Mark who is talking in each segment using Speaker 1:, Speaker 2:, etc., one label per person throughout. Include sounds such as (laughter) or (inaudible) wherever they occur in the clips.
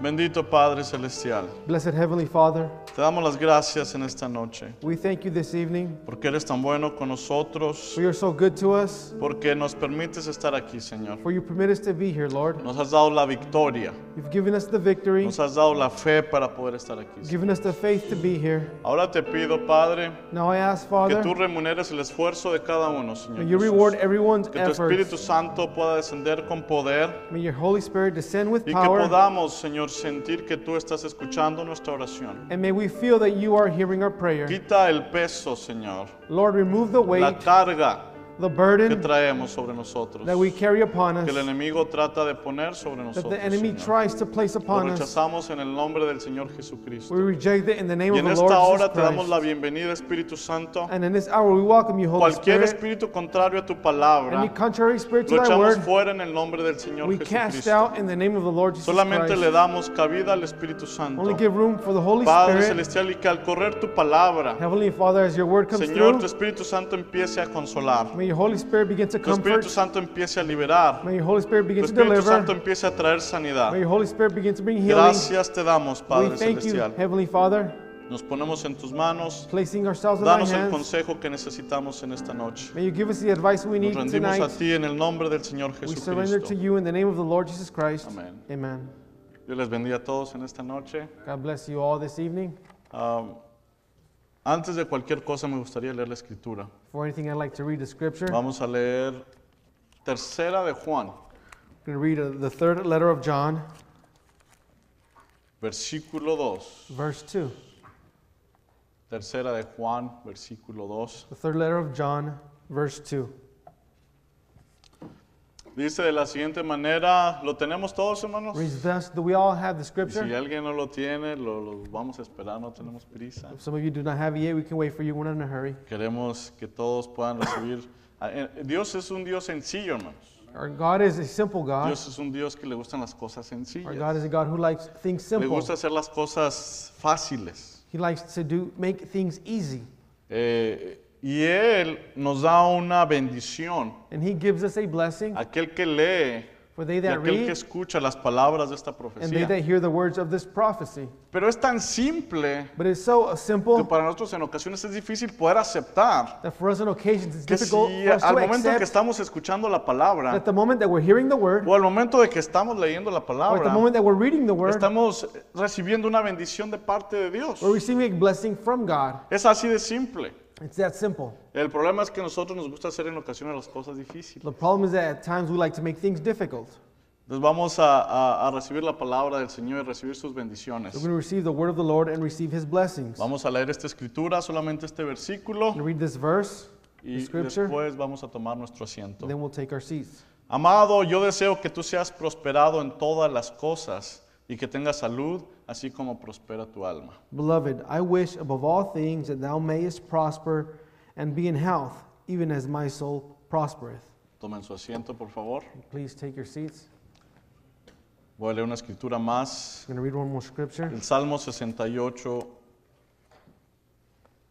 Speaker 1: Bendito Padre Celestial,
Speaker 2: Blessed Heavenly Father,
Speaker 1: te damos las gracias en esta noche,
Speaker 2: we thank you this evening.
Speaker 1: porque eres tan bueno con nosotros,
Speaker 2: For you're so good to us,
Speaker 1: porque nos permites estar aquí, Señor.
Speaker 2: for you permit us to be here, Lord.
Speaker 1: Nos has dado la victoria,
Speaker 2: You've given us the victory,
Speaker 1: nos has dado la fe para poder estar aquí. Señor.
Speaker 2: given us the faith to be here.
Speaker 1: Ahora te pido, Padre,
Speaker 2: Now I ask,
Speaker 1: que
Speaker 2: Father,
Speaker 1: tú remuneres el esfuerzo de cada uno, Señor.
Speaker 2: may you
Speaker 1: Jesús.
Speaker 2: reward everyone's
Speaker 1: Que tu Espíritu
Speaker 2: efforts.
Speaker 1: Santo pueda descender con poder
Speaker 2: May your Holy Spirit descend with
Speaker 1: y que
Speaker 2: power,
Speaker 1: podamos, Señor, sentir que tú estás escuchando nuestra oración.
Speaker 2: and may we feel that you are hearing our prayer.
Speaker 1: Quita el peso, Señor,
Speaker 2: Lord, remove the weight,
Speaker 1: la carga
Speaker 2: the
Speaker 1: que
Speaker 2: burden
Speaker 1: traemos sobre nosotros.
Speaker 2: that we carry upon
Speaker 1: que el
Speaker 2: us,
Speaker 1: enemigo trata de poner sobre
Speaker 2: that
Speaker 1: nosotros.
Speaker 2: the enemy
Speaker 1: Señor.
Speaker 2: tries to place
Speaker 1: Lo
Speaker 2: upon us.
Speaker 1: rechazamos en el nombre del Señor
Speaker 2: We
Speaker 1: Jesucristo.
Speaker 2: reject it in the name
Speaker 1: Y
Speaker 2: of
Speaker 1: en
Speaker 2: the Lord
Speaker 1: esta hora
Speaker 2: Jesus
Speaker 1: te damos la
Speaker 2: Christ.
Speaker 1: bienvenida, Espíritu Santo.
Speaker 2: And in this hour, we welcome you, Holy
Speaker 1: Cualquier
Speaker 2: Spirit.
Speaker 1: espíritu contrario a tu
Speaker 2: Any
Speaker 1: palabra,
Speaker 2: contrary spirit to
Speaker 1: lo
Speaker 2: thy
Speaker 1: echamos
Speaker 2: word,
Speaker 1: fuera en el nombre del Señor
Speaker 2: we cast
Speaker 1: Jesucristo.
Speaker 2: out in the name of the Lord Jesus
Speaker 1: Solamente le
Speaker 2: Christ.
Speaker 1: damos cabida al Espíritu
Speaker 2: Only
Speaker 1: Santo.
Speaker 2: give room for the Holy
Speaker 1: Padre
Speaker 2: Spirit.
Speaker 1: Celestial, y que al correr tu palabra,
Speaker 2: Heavenly Father, as your word comes
Speaker 1: Señor, tu
Speaker 2: through,
Speaker 1: Espíritu Santo empiece a consolar.
Speaker 2: may your Holy Spirit begin to
Speaker 1: Tu Espíritu
Speaker 2: comfort.
Speaker 1: Santo empiece a liberar.
Speaker 2: May your Holy Spirit
Speaker 1: Tu
Speaker 2: begin to
Speaker 1: Espíritu Santo
Speaker 2: deliver.
Speaker 1: empiece a traer sanidad.
Speaker 2: May your Holy Spirit begin to bring healing.
Speaker 1: Gracias te damos,
Speaker 2: We
Speaker 1: Padre
Speaker 2: thank you,
Speaker 1: Celestial.
Speaker 2: Heavenly Father,
Speaker 1: Nos ponemos en tus manos.
Speaker 2: placing ourselves in thy
Speaker 1: Danos el
Speaker 2: hands.
Speaker 1: consejo que necesitamos en esta noche.
Speaker 2: May you give us the advice we
Speaker 1: Nos
Speaker 2: need
Speaker 1: rendimos a
Speaker 2: tonight.
Speaker 1: ti en el nombre del Señor
Speaker 2: We surrender to
Speaker 1: Jesucristo.
Speaker 2: you in the name of the Lord Jesus Christ.
Speaker 1: Amén.
Speaker 2: Amen.
Speaker 1: Dios les bendiga a todos en esta noche.
Speaker 2: God bless you all this evening.
Speaker 1: Ah, antes de cualquier cosa me gustaría leer la escritura.
Speaker 2: For anything, I'd like to read the scripture. I'm
Speaker 1: Vamos a leer Tercera de Juan,
Speaker 2: going to read uh, the third letter of John,
Speaker 1: versículo 2.
Speaker 2: verse 2.
Speaker 1: Tercera de Juan, versículo 2.
Speaker 2: The third letter of John, verse 2.
Speaker 1: Dice de la siguiente manera, ¿lo tenemos todos, hermanos?
Speaker 2: Reads thus Do we all have the
Speaker 1: Y si
Speaker 2: scripture?
Speaker 1: alguien no lo tiene, lo, lo vamos a esperar, no tenemos prisa.
Speaker 2: If some of you do not have it yet, we can wait for you. We're not in a hurry.
Speaker 1: Queremos que todos puedan recibir. Ah, eh, Dios es un Dios sencillo, hermanos.
Speaker 2: Our God is a simple God.
Speaker 1: Dios es un Dios que le gustan las cosas
Speaker 2: Our God
Speaker 1: sencillas.
Speaker 2: is a God who likes things
Speaker 1: Le
Speaker 2: simple.
Speaker 1: gusta hacer las cosas fáciles.
Speaker 2: He likes to do make things easy.
Speaker 1: Eh, y Él nos da una bendición.
Speaker 2: And He gives us a blessing
Speaker 1: Aquel que lee
Speaker 2: for they
Speaker 1: y
Speaker 2: that
Speaker 1: aquel que
Speaker 2: read
Speaker 1: escucha las palabras de esta
Speaker 2: and they
Speaker 1: profecía.
Speaker 2: that hear the words of this prophecy.
Speaker 1: Pero es tan simple
Speaker 2: But it's so uh,
Speaker 1: que
Speaker 2: simple
Speaker 1: para nosotros en ocasiones es difícil poder aceptar
Speaker 2: that for us on occasions it's
Speaker 1: que si
Speaker 2: difficult for us to
Speaker 1: al momento en que
Speaker 2: accept
Speaker 1: estamos escuchando la
Speaker 2: that
Speaker 1: palabra
Speaker 2: the moment that we're hearing the word
Speaker 1: o al momento de que estamos leyendo la
Speaker 2: or at the
Speaker 1: palabra,
Speaker 2: moment that we're reading the word,
Speaker 1: Estamos recibiendo una bendición de parte de Dios.
Speaker 2: we're receiving a blessing from God.
Speaker 1: Es así de simple.
Speaker 2: It's that simple.
Speaker 1: El problema es que a nosotros nos gusta hacer en ocasiones las cosas difíciles.
Speaker 2: The problem is that at times we like to make things difficult.
Speaker 1: Entonces vamos a, a- a recibir la palabra del Señor y recibir sus bendiciones.
Speaker 2: We're going to receive the word of the Lord and receive his blessings. I'm
Speaker 1: Vamos a leer esta escritura, solamente este versículo,
Speaker 2: going to read this verse, the
Speaker 1: y
Speaker 2: scripture,
Speaker 1: después vamos a tomar nuestro asiento.
Speaker 2: and then we'll take our seats.
Speaker 1: Amado, yo deseo que tú seas prosperado en todas las cosas y que tengas salud, así como prospera tu alma.
Speaker 2: Beloved, I wish above all things that thou mayest prosper and be in health, even as my soul prospereth.
Speaker 1: Tomen su asiento, por favor.
Speaker 2: Please take your seats.
Speaker 1: Voy a leer una escritura más.
Speaker 2: I'm going to read one more scripture.
Speaker 1: El Salmo 68,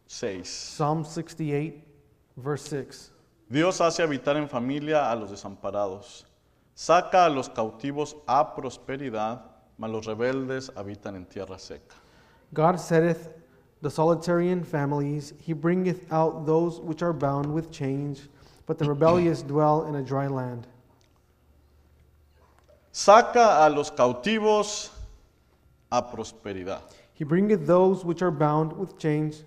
Speaker 1: 6.
Speaker 2: Psalm 68, verse 6.
Speaker 1: Dios hace habitar en familia a los desamparados. Saca a los cautivos a prosperidad, mas los rebeldes habitan en tierra seca.
Speaker 2: God setteth the solitary in families, he bringeth out those which are bound with chains, but the rebellious dwell in a dry land.
Speaker 1: Saca a los cautivos a prosperidad.
Speaker 2: He bringeth those which are bound with chains.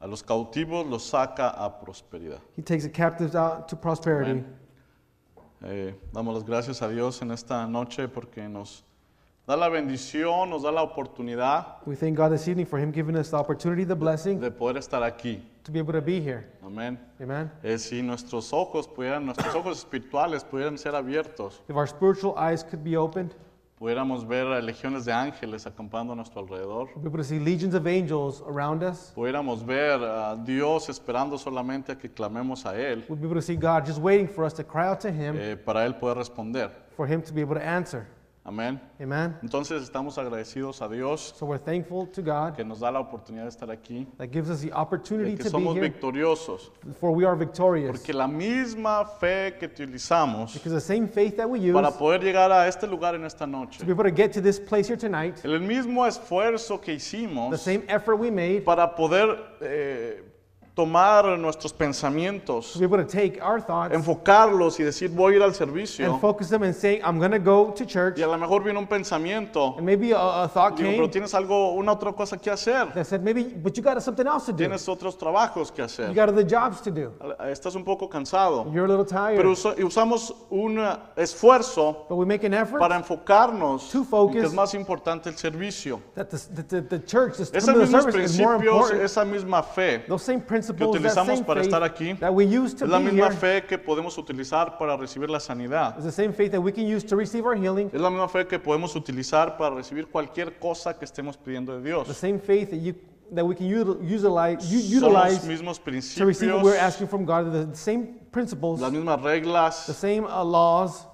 Speaker 1: A los cautivos los saca a prosperidad.
Speaker 2: He takes the captives out to prosperity.
Speaker 1: Amén. Eh, damos las gracias a Dios en esta noche porque nos da la bendición, nos da la oportunidad
Speaker 2: We thank God this evening for Him giving us the opportunity, the blessing
Speaker 1: de poder estar aquí.
Speaker 2: to be able to be here.
Speaker 1: Amén.
Speaker 2: Amen.
Speaker 1: Eh, si nuestros ojos pudieran, nuestros ojos espirituales pudieran ser abiertos,
Speaker 2: If our spiritual eyes could be opened,
Speaker 1: pudiéramos ver a legiones de ángeles acampando a nuestro alrededor,
Speaker 2: we'd be able to see legions of angels around us.
Speaker 1: pudiéramos ver a Dios esperando solamente a que clamemos a Él
Speaker 2: We'd be able to see God just waiting for us to cry out to Him
Speaker 1: eh, para Él poder responder.
Speaker 2: for Him to be able to answer.
Speaker 1: Amén.
Speaker 2: Amen.
Speaker 1: Entonces estamos agradecidos a Dios
Speaker 2: So we're thankful to God
Speaker 1: que nos da la oportunidad de estar aquí,
Speaker 2: that gives us the
Speaker 1: de
Speaker 2: opportunity
Speaker 1: que
Speaker 2: to be
Speaker 1: somos
Speaker 2: here,
Speaker 1: victoriosos,
Speaker 2: for we are victorious.
Speaker 1: porque la misma fe que utilizamos
Speaker 2: Because the same faith that we use
Speaker 1: para
Speaker 2: to
Speaker 1: poder llegar a este lugar en esta noche,
Speaker 2: be able to get to this place here tonight,
Speaker 1: el mismo esfuerzo que
Speaker 2: the
Speaker 1: hicimos
Speaker 2: same effort we made
Speaker 1: para poder eh, tomar nuestros pensamientos,
Speaker 2: to be able to take our thoughts
Speaker 1: enfocarlos y decir voy a ir al
Speaker 2: and
Speaker 1: servicio,
Speaker 2: focus them and say, I'm going to go to church.
Speaker 1: y a lo mejor viene un pensamiento,
Speaker 2: And maybe a, a thought
Speaker 1: digo, pero
Speaker 2: came
Speaker 1: tienes algo, una otra cosa que hacer,
Speaker 2: that said, maybe, but you got something else to do.
Speaker 1: tienes otros trabajos que
Speaker 2: You
Speaker 1: hacer,
Speaker 2: got other jobs to do.
Speaker 1: estás un poco cansado,
Speaker 2: You're a little
Speaker 1: pero
Speaker 2: tired.
Speaker 1: usa- y usamos un eh, esfuerzo
Speaker 2: But we make an effort
Speaker 1: para enfocarnos
Speaker 2: To
Speaker 1: en que
Speaker 2: focus.
Speaker 1: es más importante el servicio.
Speaker 2: that the, that the, the church, the,
Speaker 1: Esos
Speaker 2: the
Speaker 1: mismos
Speaker 2: service is more
Speaker 1: principios,
Speaker 2: important.
Speaker 1: esa misma fe,
Speaker 2: Those same principles, that
Speaker 1: utilizamos
Speaker 2: same
Speaker 1: para
Speaker 2: faith
Speaker 1: estar aquí,
Speaker 2: that we use to
Speaker 1: es la
Speaker 2: be
Speaker 1: misma
Speaker 2: here,
Speaker 1: fe que podemos utilizar para recibir la sanidad.
Speaker 2: is the same faith that we can use to receive our healing,
Speaker 1: Es la misma fe que podemos utilizar para recibir cualquier cosa que estemos pidiendo de
Speaker 2: the
Speaker 1: Dios.
Speaker 2: same faith that you that we can util- utilize, u-
Speaker 1: Son los
Speaker 2: utilize
Speaker 1: mismos
Speaker 2: to receive what we're
Speaker 1: principios,
Speaker 2: asking from God, the, the same principles,
Speaker 1: las mismas
Speaker 2: the
Speaker 1: reglas,
Speaker 2: same uh, laws.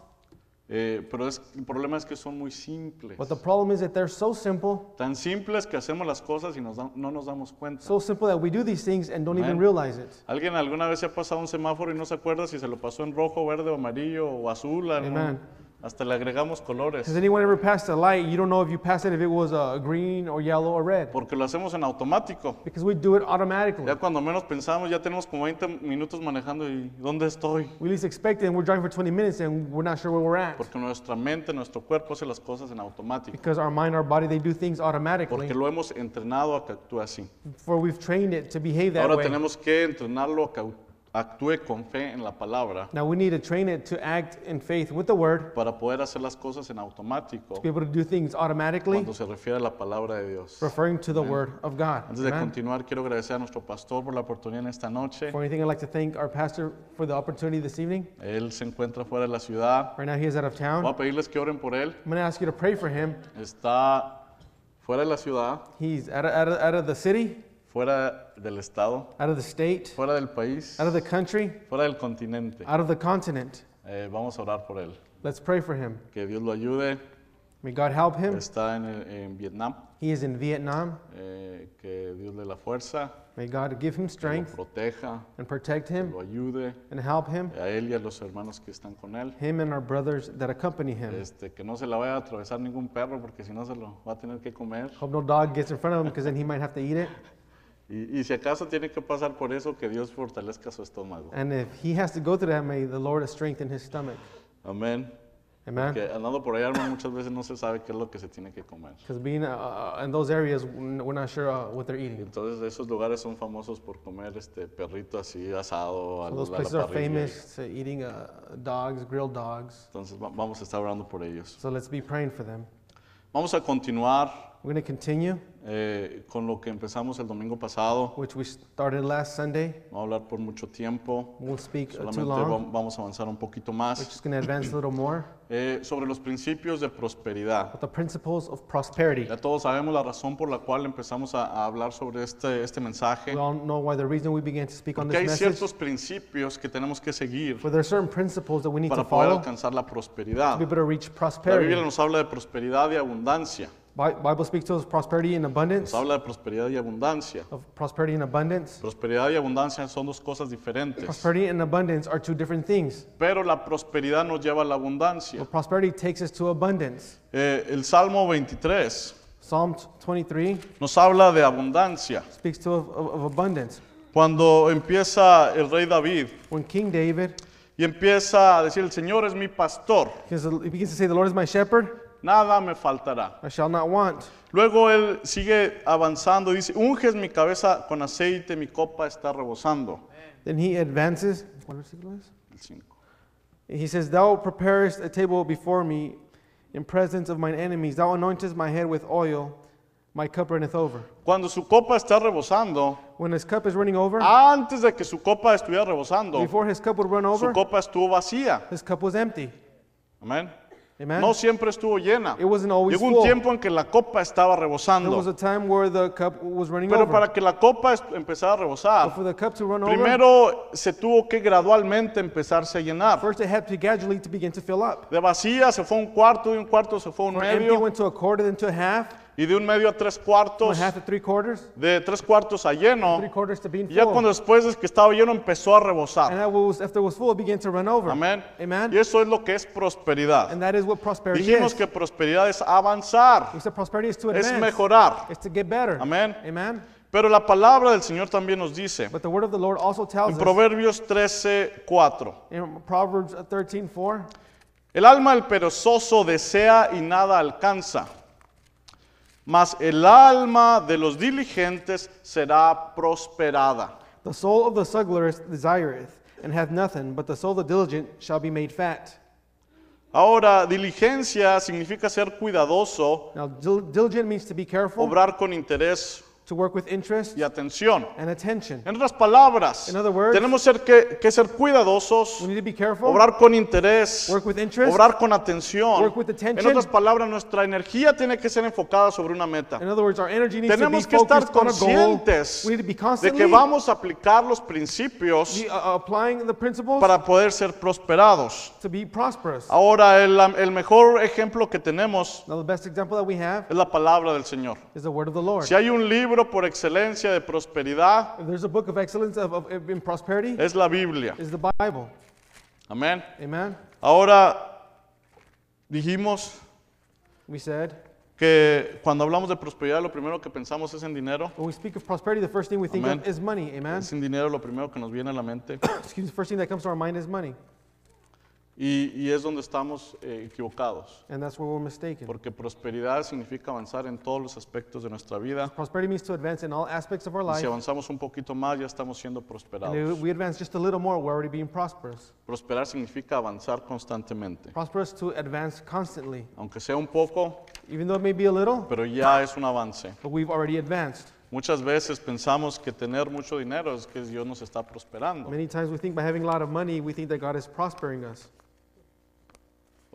Speaker 1: eh, pero es- el problema es que son muy simples.
Speaker 2: But the problem is that they're so simple,
Speaker 1: Tan simples que hacemos las cosas y nos dan- no nos damos cuenta.
Speaker 2: so simple that we do these things and don't
Speaker 1: Amen.
Speaker 2: even realize it.
Speaker 1: ¿Alguien alguna vez se ha pasado un semáforo y no se acuerda si se lo pasó en rojo, verde o amarillo o azul? algún-
Speaker 2: Amen.
Speaker 1: Hasta le agregamos
Speaker 2: Has
Speaker 1: colores.
Speaker 2: anyone ever passed a light? You don't know if you passed it if it was uh, green or yellow or red
Speaker 1: Porque lo hacemos en automático.
Speaker 2: because we do it automatically.
Speaker 1: Ya cuando menos pensamos, ya tenemos como 20 minutos manejando y ¿dónde estoy?
Speaker 2: We least expect it, and we're driving for 20 minutes and we're not sure where we're at
Speaker 1: Porque nuestra mente, nuestro cuerpo hace las cosas en automático.
Speaker 2: because our mind, our body, they do things automatically.
Speaker 1: Porque lo hemos entrenado a que actúe así.
Speaker 2: For we've trained it to behave that
Speaker 1: Ahora
Speaker 2: way.
Speaker 1: tenemos que entrenarlo a que au- actúe con fe en la palabra
Speaker 2: Now we need to train it to act in faith with the word,
Speaker 1: para poder hacer las cosas en automático
Speaker 2: be able to do things automatically,
Speaker 1: cuando se refiere a la palabra de Dios.
Speaker 2: referring to the word of God.
Speaker 1: Antes de
Speaker 2: Amen.
Speaker 1: continuar, quiero agradecer a nuestro pastor por la oportunidad en esta noche.
Speaker 2: For anything, I'd like to thank our pastor for the opportunity this evening.
Speaker 1: Él se encuentra fuera de la ciudad.
Speaker 2: Right now, he is out of town.
Speaker 1: Voy a pedirles que oren por él.
Speaker 2: I'm going to ask you to pray for him.
Speaker 1: Está fuera de la ciudad,
Speaker 2: He's out of, out, of, out of the city,
Speaker 1: fuera del estado,
Speaker 2: out of the state,
Speaker 1: fuera del país,
Speaker 2: out of the country,
Speaker 1: fuera del continente.
Speaker 2: out of the continent.
Speaker 1: Eh, vamos a orar por él.
Speaker 2: Let's pray for him.
Speaker 1: Que Dios lo ayude.
Speaker 2: May God help him.
Speaker 1: Está en, el- en Vietnam.
Speaker 2: He is in Vietnam.
Speaker 1: Eh, que Dios le la fuerza,
Speaker 2: May God give him
Speaker 1: que lo
Speaker 2: strength
Speaker 1: proteja,
Speaker 2: and protect
Speaker 1: que
Speaker 2: him
Speaker 1: lo ayude eh,
Speaker 2: and help him,
Speaker 1: a él y a los hermanos que están con él.
Speaker 2: him and our brothers that accompany him.
Speaker 1: Este, que no se la vaya a atravesar ningún perro porque si no se lo va a tener que comer.
Speaker 2: Hope no dog gets in front of him because then he might have to eat it.
Speaker 1: Y, y si acaso tiene que pasar por eso, que Dios fortalezca su estómago.
Speaker 2: And if he has to go through that, may the Lord strengthen his stomach.
Speaker 1: Amén.
Speaker 2: Amen.
Speaker 1: Que andando por allá, hermano, muchas veces no se sabe qué es lo que se tiene que comer.
Speaker 2: Because being uh, in those areas, we're not sure uh, what they're eating.
Speaker 1: Entonces esos lugares son famosos por comer este perrito así asado a la,
Speaker 2: Those
Speaker 1: a la
Speaker 2: places are
Speaker 1: parrilla.
Speaker 2: famous to eating uh, dogs, grilled dogs.
Speaker 1: Entonces va- vamos a estar orando por ellos.
Speaker 2: So let's be praying for them.
Speaker 1: Vamos a continuar
Speaker 2: We're going to continue,
Speaker 1: eh, con lo que empezamos el domingo pasado.
Speaker 2: which we started last Sunday.
Speaker 1: No voy a hablar por mucho tiempo.
Speaker 2: Won't speak uh,
Speaker 1: Solamente
Speaker 2: too long.
Speaker 1: vam- vamos a avanzar un poquito
Speaker 2: We're
Speaker 1: más
Speaker 2: just going to advance a little more.
Speaker 1: Eh, sobre los principios de prosperidad.
Speaker 2: But the principles of prosperity.
Speaker 1: Ya todos sabemos la razón por la cual empezamos a, a hablar sobre este, este mensaje.
Speaker 2: We all know why the reason we began to speak on
Speaker 1: Porque
Speaker 2: this
Speaker 1: hay
Speaker 2: message.
Speaker 1: ciertos principios que tenemos que seguir
Speaker 2: For there are certain principles that we need to
Speaker 1: para poder
Speaker 2: follow to
Speaker 1: alcanzar la
Speaker 2: be
Speaker 1: prosperidad.
Speaker 2: able to reach
Speaker 1: La Biblia
Speaker 2: prosperity.
Speaker 1: nos habla de prosperidad y abundancia.
Speaker 2: Bi- Bible speaks to us prosperity and abundance.
Speaker 1: Nos habla de prosperidad y abundancia.
Speaker 2: Of prosperity and abundance.
Speaker 1: Prosperidad y abundancia son dos cosas diferentes.
Speaker 2: Prosperity and abundance are two different things.
Speaker 1: Pero la prosperidad nos lleva a la abundancia.
Speaker 2: But prosperity takes us to abundance.
Speaker 1: Eh, el Salmo 23
Speaker 2: Psalm 23
Speaker 1: nos habla de abundancia.
Speaker 2: speaks to of, of- of abundance.
Speaker 1: Cuando empieza el rey David
Speaker 2: When King David
Speaker 1: y empieza a decir, el Señor es mi pastor,
Speaker 2: begins to, he begins to say, "The Lord is my shepherd;
Speaker 1: nada me faltará.
Speaker 2: I shall not want."
Speaker 1: Luego él sigue avanzando y dice, unges mi cabeza con aceite, mi copa está rebosando.
Speaker 2: Then he advances. What versículo es?
Speaker 1: El cinco.
Speaker 2: He says, Thou preparest a table before me in presence of mine enemies. Thou anointest my head with oil. My cup runneth over.
Speaker 1: Cuando su copa está rebosando,
Speaker 2: When his cup is running over,
Speaker 1: antes de que su copa estuviera rebosando,
Speaker 2: before his cup would run
Speaker 1: Ah, su
Speaker 2: over,
Speaker 1: copa estuvo vacía.
Speaker 2: his cup was empty.
Speaker 1: Amén.
Speaker 2: Amen.
Speaker 1: No siempre estuvo llena.
Speaker 2: It wasn't always
Speaker 1: Llegó un
Speaker 2: full.
Speaker 1: tiempo en que la copa estaba
Speaker 2: There was a
Speaker 1: rebosando.
Speaker 2: time where the cup was running
Speaker 1: Pero
Speaker 2: over.
Speaker 1: para que la copa est- empezara a
Speaker 2: But
Speaker 1: rebosar,
Speaker 2: for the cup to run over,
Speaker 1: primero se tuvo que gradualmente empezarse a llenar.
Speaker 2: first it had to gradually to begin to fill up.
Speaker 1: De vacía se fue a un cuarto, de un cuarto se fue a un
Speaker 2: From empty
Speaker 1: medio,
Speaker 2: went to a quarter, then to a half,
Speaker 1: y de un medio a tres
Speaker 2: from a
Speaker 1: cuartos,
Speaker 2: half to three quarters,
Speaker 1: de tres cuartos a lleno.
Speaker 2: three quarters to being
Speaker 1: Y ya
Speaker 2: full.
Speaker 1: cuando después de que estaba lleno empezó a
Speaker 2: and
Speaker 1: rebosar.
Speaker 2: that was, after it was full, it began to run over.
Speaker 1: Amén.
Speaker 2: Amen.
Speaker 1: Y eso es lo que es prosperidad.
Speaker 2: And that is what prosperity
Speaker 1: Dijimos
Speaker 2: is.
Speaker 1: que prosperidad es avanzar,
Speaker 2: we said prosperity is to
Speaker 1: es
Speaker 2: advance.
Speaker 1: mejorar.
Speaker 2: It's to get better.
Speaker 1: Amén.
Speaker 2: Amen.
Speaker 1: Pero la palabra del Señor también nos dice
Speaker 2: But the word of the Lord also tells
Speaker 1: en
Speaker 2: us
Speaker 1: Proverbios 13, 4.
Speaker 2: in Proverbs 13:4,
Speaker 1: El alma del perezoso desea y nada alcanza, mas el alma de los diligentes será prosperada.
Speaker 2: the soul of the sugglers desireth and hath nothing, but the soul of the diligent shall be made fat.
Speaker 1: Ahora, diligencia significa ser cuidadoso,
Speaker 2: Now, dil- diligent means to be careful,
Speaker 1: obrar con interés
Speaker 2: to work with interest
Speaker 1: y atención.
Speaker 2: and attention.
Speaker 1: En otras palabras,
Speaker 2: In other words,
Speaker 1: tenemos ser que, que ser cuidadosos,
Speaker 2: We need to be careful,
Speaker 1: obrar con interés,
Speaker 2: work with interest.
Speaker 1: obrar con atención.
Speaker 2: Work with
Speaker 1: En
Speaker 2: attention.
Speaker 1: otras palabras, nuestra energía tiene que ser enfocada sobre una meta.
Speaker 2: In other words, our energy needs to be
Speaker 1: Tenemos que estar
Speaker 2: focused on a goal.
Speaker 1: conscientes
Speaker 2: We need to be
Speaker 1: de
Speaker 2: constantly
Speaker 1: que vamos a aplicar los principios
Speaker 2: be, uh, applying the principles
Speaker 1: para Ah. poder ser prosperados.
Speaker 2: to be prosperous.
Speaker 1: Ahora, el, el mejor ejemplo que tenemos
Speaker 2: Now, the best example that we have
Speaker 1: es la palabra del Señor.
Speaker 2: is the word of the Lord.
Speaker 1: Si hay un libro por excelencia de prosperidad,
Speaker 2: If there's a book of excellence of, of, in prosperity,
Speaker 1: es la Biblia.
Speaker 2: is the Bible.
Speaker 1: Amén.
Speaker 2: Amen.
Speaker 1: Ahora, dijimos
Speaker 2: We said,
Speaker 1: que cuando hablamos de prosperidad, lo primero que pensamos es en dinero.
Speaker 2: when we speak of prosperity, the first thing we think
Speaker 1: Amen.
Speaker 2: of is money. Amen.
Speaker 1: Es en dinero lo primero que nos viene a la mente.
Speaker 2: Excuse me, the first thing that comes to our mind is money.
Speaker 1: Y, y es donde estamos eh, equivocados.
Speaker 2: And that's where we're mistaken.
Speaker 1: Porque prosperidad significa avanzar en todos los aspectos de nuestra vida.
Speaker 2: Prosperity means to advance in all aspects of our
Speaker 1: Y si
Speaker 2: life.
Speaker 1: avanzamos un poquito más, ya estamos siendo
Speaker 2: And if
Speaker 1: prosperados.
Speaker 2: we advance just a little more, we're already being prosperous.
Speaker 1: Prosperar significa avanzar constantemente.
Speaker 2: Prosperous to advance constantly.
Speaker 1: Aunque sea un poco,
Speaker 2: Even though it may be a little,
Speaker 1: pero ya es un avance.
Speaker 2: but we've already advanced.
Speaker 1: Muchas veces pensamos que tener mucho dinero es que Dios nos está prosperando.
Speaker 2: Many times we think by having a lot of money, we think that God is prospering us.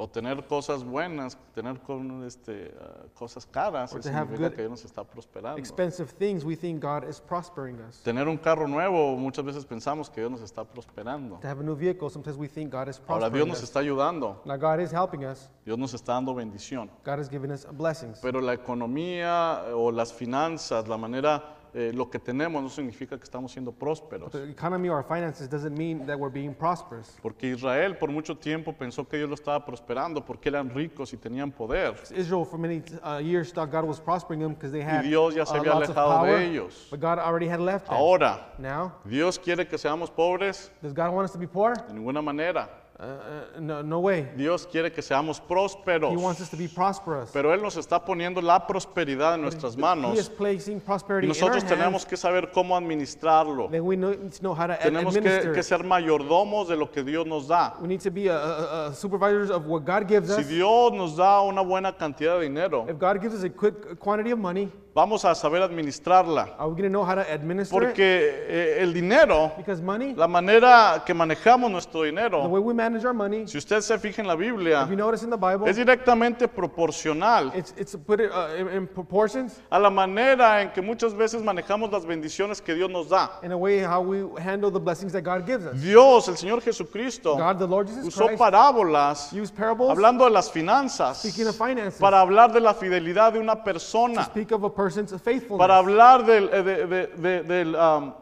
Speaker 1: O tener cosas buenas, tener con, este, ah, cosas caras,
Speaker 2: Or
Speaker 1: eso
Speaker 2: to have
Speaker 1: significa
Speaker 2: good
Speaker 1: que Dios nos está prosperando.
Speaker 2: Expensive things, we think God is prospering us.
Speaker 1: Tener un carro nuevo, muchas veces pensamos que Dios nos está prosperando.
Speaker 2: To have a new vehicle, sometimes we think God is
Speaker 1: Ahora Dios
Speaker 2: prospering
Speaker 1: nos
Speaker 2: us.
Speaker 1: está ayudando,
Speaker 2: Now God is helping us.
Speaker 1: Dios nos está dando bendición.
Speaker 2: God has given us blessings.
Speaker 1: Pero la economía eh, o las finanzas, la manera, eh, lo que tenemos no significa que estamos siendo prósperos.
Speaker 2: The economy or our finances doesn't mean that we're being prosperous.
Speaker 1: Porque Israel por mucho tiempo pensó que Dios lo estaba prosperando porque eran ricos y tenían poder.
Speaker 2: Israel for many uh, years thought God was prospering them because they had
Speaker 1: Dios ya se
Speaker 2: uh,
Speaker 1: había
Speaker 2: lots of
Speaker 1: alejado de
Speaker 2: power,
Speaker 1: ellos.
Speaker 2: but God already had left them.
Speaker 1: Ahora,
Speaker 2: Now,
Speaker 1: Dios quiere que seamos pobres
Speaker 2: does God want us to be poor?
Speaker 1: de ninguna manera.
Speaker 2: Uh, uh, no, no way.
Speaker 1: Dios quiere que seamos
Speaker 2: He wants
Speaker 1: prósperos.
Speaker 2: us to be prosperous.
Speaker 1: Pero Él nos está poniendo la prosperidad en nuestras
Speaker 2: He is
Speaker 1: manos
Speaker 2: placing
Speaker 1: y
Speaker 2: prosperity
Speaker 1: nosotros
Speaker 2: in our hands.
Speaker 1: tenemos que saber cómo administrarlo.
Speaker 2: Then we know- need to know how to ad-
Speaker 1: Tenemos que,
Speaker 2: administer.
Speaker 1: que
Speaker 2: it.
Speaker 1: ser mayordomos de lo que Dios nos da.
Speaker 2: We need to be uh, uh, uh, supervisors of what God gives
Speaker 1: Si
Speaker 2: us.
Speaker 1: Dios nos da una buena cantidad de dinero,
Speaker 2: If God gives us a quick quantity of money,
Speaker 1: vamos a saber administrarla.
Speaker 2: are we going to know how to administer it?
Speaker 1: Porque eh, el dinero,
Speaker 2: Because money,
Speaker 1: la manera que manejamos nuestro
Speaker 2: the
Speaker 1: dinero,
Speaker 2: way we manage our money,
Speaker 1: si usted se fija en la
Speaker 2: if you
Speaker 1: Biblia,
Speaker 2: notice in the Bible,
Speaker 1: es directamente proporcional
Speaker 2: It's, it's put it, uh, in, in proportions
Speaker 1: a la manera en que muchas veces manejamos las bendiciones que Dios nos da.
Speaker 2: in a way how we handle the blessings that God gives us.
Speaker 1: Dios, el Señor Jesucristo,
Speaker 2: God, the Lord Jesus
Speaker 1: usó
Speaker 2: Christ,
Speaker 1: parábolas
Speaker 2: used parables
Speaker 1: hablando de las finanzas
Speaker 2: Speaking of finances.
Speaker 1: para hablar de la fidelidad de una
Speaker 2: to
Speaker 1: persona.
Speaker 2: speak of a person's faithfulness,
Speaker 1: para hablar del, eh, de, de- de- del, am,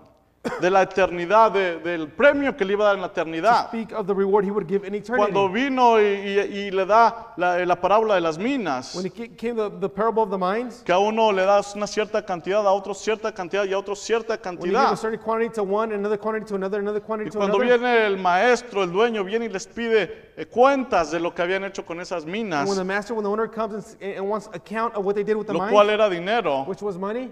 Speaker 1: (coughs) de la eternidad, de- del premio que le iba a dar en la eternidad.
Speaker 2: speak of the reward he would give in eternity.
Speaker 1: Cuando vino y, y- y le da la, la parábola de las minas,
Speaker 2: when it ca- came the, the parable of the mines,
Speaker 1: que a uno le das una cierta cantidad, a otro cierta cantidad y a otro cierta
Speaker 2: when you give
Speaker 1: cantidad.
Speaker 2: a certain quantity to one, another quantity to another, another quantity
Speaker 1: Y
Speaker 2: to
Speaker 1: cuando
Speaker 2: another,
Speaker 1: viene el maestro, el dueño, viene y les pide eh, cuentas de lo que habían hecho con esas
Speaker 2: and
Speaker 1: minas,
Speaker 2: when the master, when the owner comes and, s- and wants a count of what they did with the
Speaker 1: lo
Speaker 2: mines,
Speaker 1: cual era dinero.
Speaker 2: which was money,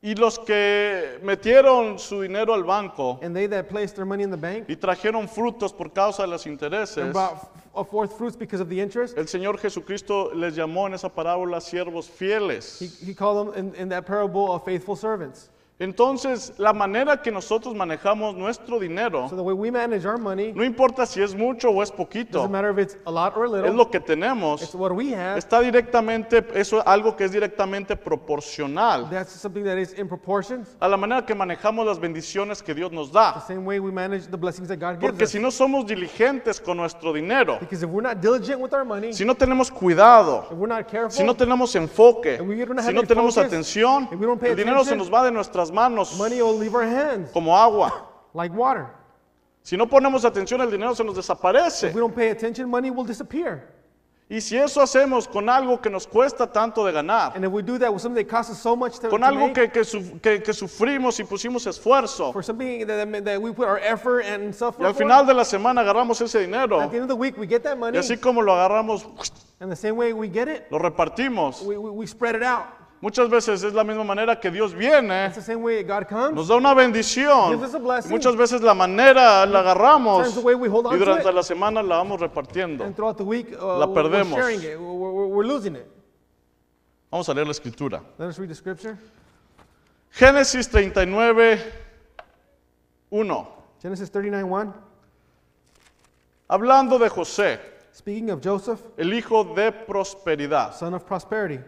Speaker 1: Y los que metieron su dinero al banco
Speaker 2: and they that placed their money in the bank
Speaker 1: y trajeron frutos por causa de los intereses,
Speaker 2: and brought f- uh, forth fruits because of the interest,
Speaker 1: El Señor Jesucristo les llamó en esa parábola siervos
Speaker 2: he,
Speaker 1: fieles.
Speaker 2: he called them in, in that parable of faithful servants.
Speaker 1: Entonces, la manera que nosotros manejamos nuestro dinero,
Speaker 2: So the way we manage our money,
Speaker 1: no importa si es mucho o es poquito,
Speaker 2: doesn't matter if it's a lot or
Speaker 1: es
Speaker 2: little,
Speaker 1: lo que tenemos,
Speaker 2: it's what we have.
Speaker 1: está directamente, eso es algo que es directamente proporcional
Speaker 2: That's something that is in proportion.
Speaker 1: a la manera que manejamos las bendiciones que Dios nos
Speaker 2: The
Speaker 1: da.
Speaker 2: same way we manage the blessings that God gives
Speaker 1: Porque
Speaker 2: us.
Speaker 1: si no somos diligentes con nuestro dinero,
Speaker 2: Because if we're not diligent with our money,
Speaker 1: si no tenemos cuidado,
Speaker 2: if we're not
Speaker 1: si no
Speaker 2: careful,
Speaker 1: tenemos enfoque,
Speaker 2: And we don't
Speaker 1: si
Speaker 2: have
Speaker 1: no
Speaker 2: any
Speaker 1: tenemos
Speaker 2: focus,
Speaker 1: atención,
Speaker 2: and we don't pay
Speaker 1: el dinero se
Speaker 2: attention,
Speaker 1: nos va de nuestras manos
Speaker 2: money will leave our hands
Speaker 1: como agua.
Speaker 2: like water.
Speaker 1: Si no ponemos atención, el dinero se nos desaparece.
Speaker 2: If we don't pay attention, money will disappear.
Speaker 1: Y si eso hacemos con algo que nos cuesta tanto de ganar,
Speaker 2: And if we do that with something that costs us so much to,
Speaker 1: con
Speaker 2: to
Speaker 1: algo
Speaker 2: make,
Speaker 1: que, que su- que- que sufrimos y pusimos esfuerzo,
Speaker 2: for something that, that, that we put our effort and stuff
Speaker 1: y al
Speaker 2: for,
Speaker 1: final de la semana agarramos ese dinero,
Speaker 2: at the end of the week we get that
Speaker 1: y
Speaker 2: money,
Speaker 1: así como lo agarramos,
Speaker 2: and the same way we get it,
Speaker 1: lo repartimos.
Speaker 2: we, we, we spread it out.
Speaker 1: Muchas veces es la misma manera que Dios viene,
Speaker 2: It's the same way God comes.
Speaker 1: nos da una bendición.
Speaker 2: Gives us a
Speaker 1: y
Speaker 2: blessing.
Speaker 1: Muchas veces la manera la agarramos
Speaker 2: Sometimes the way we hold
Speaker 1: y
Speaker 2: on to
Speaker 1: durante
Speaker 2: it,
Speaker 1: la semana la vamos repartiendo.
Speaker 2: and throughout the week uh,
Speaker 1: La
Speaker 2: we're-
Speaker 1: perdemos.
Speaker 2: we're sharing it, we're, we're, we're losing it.
Speaker 1: Vamos a leer la escritura.
Speaker 2: Let us read the scripture.
Speaker 1: Génesis 39, 1.
Speaker 2: Genesis 39:1.
Speaker 1: Hablando de José,
Speaker 2: Speaking of Joseph,
Speaker 1: el hijo de prosperidad.
Speaker 2: son of prosperity.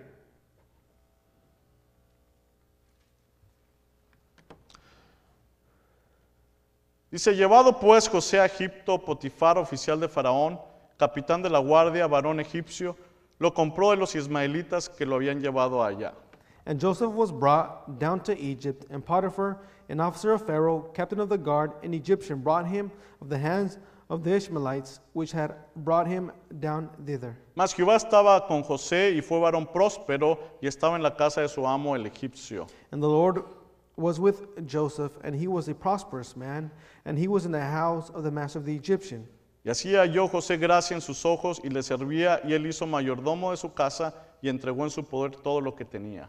Speaker 1: Dice, llevado pues José a Egipto, Potifar, oficial de Faraón, capitán de la guardia, varón egipcio, lo compró de los ismaelitas que lo habían llevado allá.
Speaker 2: And Joseph was brought down to Egypt, and Potiphar, an officer of Pharaoh, captain of the guard, an Egyptian, brought him of the hands of the Ishmaelites, which had brought him down thither.
Speaker 1: Mas Jehová estaba con José y fue varón próspero y estaba en la casa de su amo el egipcio.
Speaker 2: And the Lord was with Joseph, and he was a prosperous man, and he was in the house of the master of the Egyptian.
Speaker 1: Y así halló José gracia en sus ojos y le servía y él hizo mayordomo de su casa y entregó en su poder todo lo que tenía.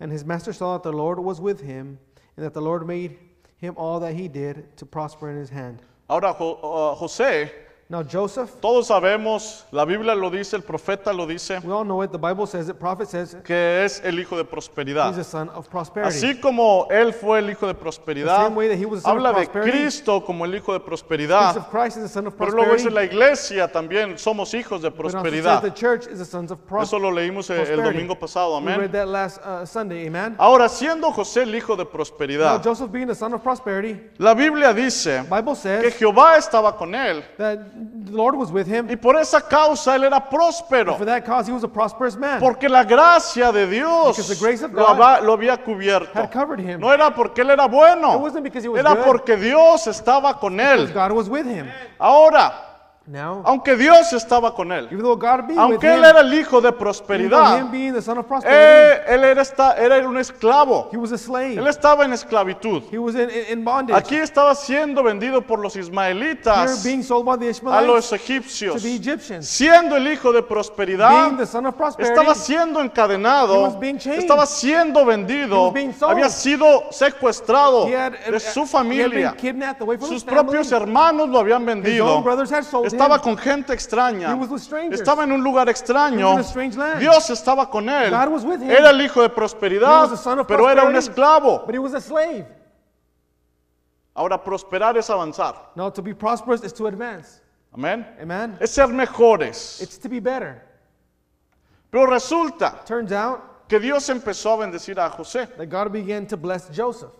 Speaker 2: And his master saw that the Lord was with him, and that the Lord made him all that he did to prosper in his hand.
Speaker 1: Ahora Jo- uh, José,
Speaker 2: Now Joseph,
Speaker 1: todos sabemos, la Biblia lo dice, el profeta lo dice,
Speaker 2: we all know it, the Bible says it, prophet says it,
Speaker 1: que es el hijo de
Speaker 2: he's
Speaker 1: prosperidad.
Speaker 2: a son of prosperity.
Speaker 1: Así como él fue el hijo de
Speaker 2: The
Speaker 1: prosperidad,
Speaker 2: same way that he was the son of
Speaker 1: habla de
Speaker 2: prosperity.
Speaker 1: Cristo como el hijo de
Speaker 2: Peace
Speaker 1: prosperidad,
Speaker 2: of Christ is the son of
Speaker 1: pero luego
Speaker 2: prosperity.
Speaker 1: dice la iglesia también, somos hijos de
Speaker 2: but it also says
Speaker 1: prosperidad.
Speaker 2: the church is the sons of pros-
Speaker 1: Eso lo leímos eh, el, el
Speaker 2: prosperity.
Speaker 1: domingo pasado,
Speaker 2: We
Speaker 1: amén. Ah,
Speaker 2: read that last uh, Sunday, amen.
Speaker 1: Ahora, siendo José el hijo de
Speaker 2: Now
Speaker 1: prosperidad,
Speaker 2: Joseph being the son of prosperity,
Speaker 1: la Biblia dice que
Speaker 2: Bible says
Speaker 1: Jehová estaba con él
Speaker 2: that the Lord was with him.
Speaker 1: y por esa causa él era próspero,
Speaker 2: For that cause, he was a prosperous man.
Speaker 1: porque la gracia de Dios
Speaker 2: Because the grace of
Speaker 1: lo,
Speaker 2: God
Speaker 1: haba- lo había cubierto.
Speaker 2: had covered him.
Speaker 1: No era porque él era bueno,
Speaker 2: It wasn't because he was
Speaker 1: era
Speaker 2: good.
Speaker 1: porque Dios estaba con él.
Speaker 2: God was with him.
Speaker 1: Ahora,
Speaker 2: Now,
Speaker 1: aunque Dios estaba con él,
Speaker 2: even though God be with
Speaker 1: aunque él
Speaker 2: him,
Speaker 1: era el hijo de
Speaker 2: even though
Speaker 1: prosperidad,
Speaker 2: him being the son of prosperity,
Speaker 1: eh, él era, esta- era un esclavo,
Speaker 2: he was a
Speaker 1: él
Speaker 2: slave.
Speaker 1: estaba en esclavitud.
Speaker 2: He was in, in, in bondage.
Speaker 1: Aquí estaba siendo vendido por los
Speaker 2: Here
Speaker 1: ismaelitas
Speaker 2: being sold by the
Speaker 1: a
Speaker 2: Ishmaelites
Speaker 1: los egipcios.
Speaker 2: to the Egyptians.
Speaker 1: Siendo el hijo de
Speaker 2: Being
Speaker 1: prosperidad,
Speaker 2: the son of
Speaker 1: estaba
Speaker 2: prosperity,
Speaker 1: siendo
Speaker 2: He
Speaker 1: encadenado,
Speaker 2: was being chained.
Speaker 1: estaba siendo
Speaker 2: He
Speaker 1: vendido,
Speaker 2: was being sold.
Speaker 1: había sido secuestrado
Speaker 2: he had,
Speaker 1: de su
Speaker 2: he had been
Speaker 1: familia.
Speaker 2: kidnapped away from his
Speaker 1: Sus
Speaker 2: family.
Speaker 1: propios hermanos lo habían
Speaker 2: His own
Speaker 1: vendido.
Speaker 2: brothers had sold him.
Speaker 1: Estaba con gente extraña.
Speaker 2: He was with strangers.
Speaker 1: Estaba en un lugar
Speaker 2: He
Speaker 1: extraño.
Speaker 2: was in a strange land.
Speaker 1: Dios estaba con él.
Speaker 2: God was with him.
Speaker 1: Era el hijo de
Speaker 2: He was
Speaker 1: prosperidad,
Speaker 2: the son of
Speaker 1: pero era un
Speaker 2: prosperity.
Speaker 1: esclavo.
Speaker 2: But he was a slave.
Speaker 1: Ahora prosperar es avanzar.
Speaker 2: Now, to be prosperous is to advance.
Speaker 1: Amén.
Speaker 2: Amen?
Speaker 1: Es ser mejores.
Speaker 2: It's to be better.
Speaker 1: Pero resulta
Speaker 2: Turns out
Speaker 1: que Dios empezó a bendecir a José.
Speaker 2: that God began to bless Joseph.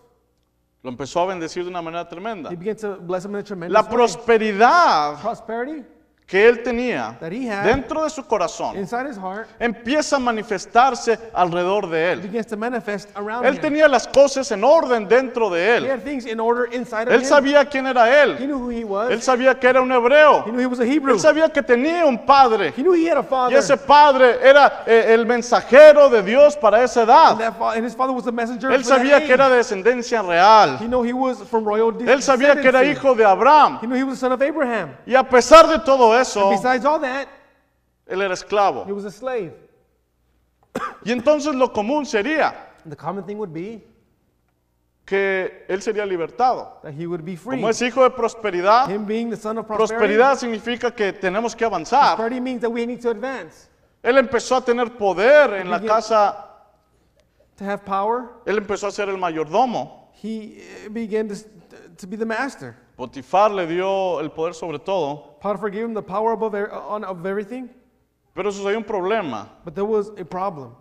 Speaker 1: Lo empezó a bendecir de una manera tremenda.
Speaker 2: He began to bless him in a tremendous
Speaker 1: La
Speaker 2: way.
Speaker 1: prosperidad
Speaker 2: prosperity
Speaker 1: que él tenía
Speaker 2: That he had
Speaker 1: dentro de su corazón
Speaker 2: inside his heart
Speaker 1: empieza a manifestarse alrededor de él.
Speaker 2: begins to manifest around
Speaker 1: Él
Speaker 2: him.
Speaker 1: tenía las cosas en orden dentro de
Speaker 2: he
Speaker 1: él.
Speaker 2: had things in order inside of
Speaker 1: Él
Speaker 2: him.
Speaker 1: sabía quién era
Speaker 2: he
Speaker 1: él.
Speaker 2: knew who he was.
Speaker 1: Él sabía que era un
Speaker 2: he
Speaker 1: hebreo.
Speaker 2: knew he was a Hebrew.
Speaker 1: Él sabía que tenía un padre.
Speaker 2: he knew he had a
Speaker 1: Y
Speaker 2: father.
Speaker 1: ese padre era eh, el mensajero de Dios para esa
Speaker 2: and,
Speaker 1: edad.
Speaker 2: that fa- and his father was a messenger.
Speaker 1: Él
Speaker 2: for that
Speaker 1: sabía que era
Speaker 2: age.
Speaker 1: de descendencia
Speaker 2: He
Speaker 1: real.
Speaker 2: knew he was from royal de-
Speaker 1: Él sabía que era
Speaker 2: descendancy.
Speaker 1: hijo de Abraham.
Speaker 2: He knew he was the son of Abraham.
Speaker 1: Y a pesar de todo eso,
Speaker 2: Besides all that,
Speaker 1: él era
Speaker 2: he
Speaker 1: esclavo.
Speaker 2: was a slave.
Speaker 1: Y entonces lo común sería
Speaker 2: The common thing would be
Speaker 1: que él sería libertado.
Speaker 2: that he would be free.
Speaker 1: Como es hijo de prosperidad,
Speaker 2: Him being the son of prosperity,
Speaker 1: prosperidad significa que tenemos que avanzar.
Speaker 2: prosperity means that we need to advance.
Speaker 1: Él empezó a tener poder en la casa
Speaker 2: to have power,
Speaker 1: Él empezó a ser el mayordomo.
Speaker 2: he uh, began to, s- to be the master.
Speaker 1: Potifar le dio el poder sobre todo,
Speaker 2: Potiphar gave him the power above e- on of everything,
Speaker 1: pero sucedió un problema,
Speaker 2: but there was a problem.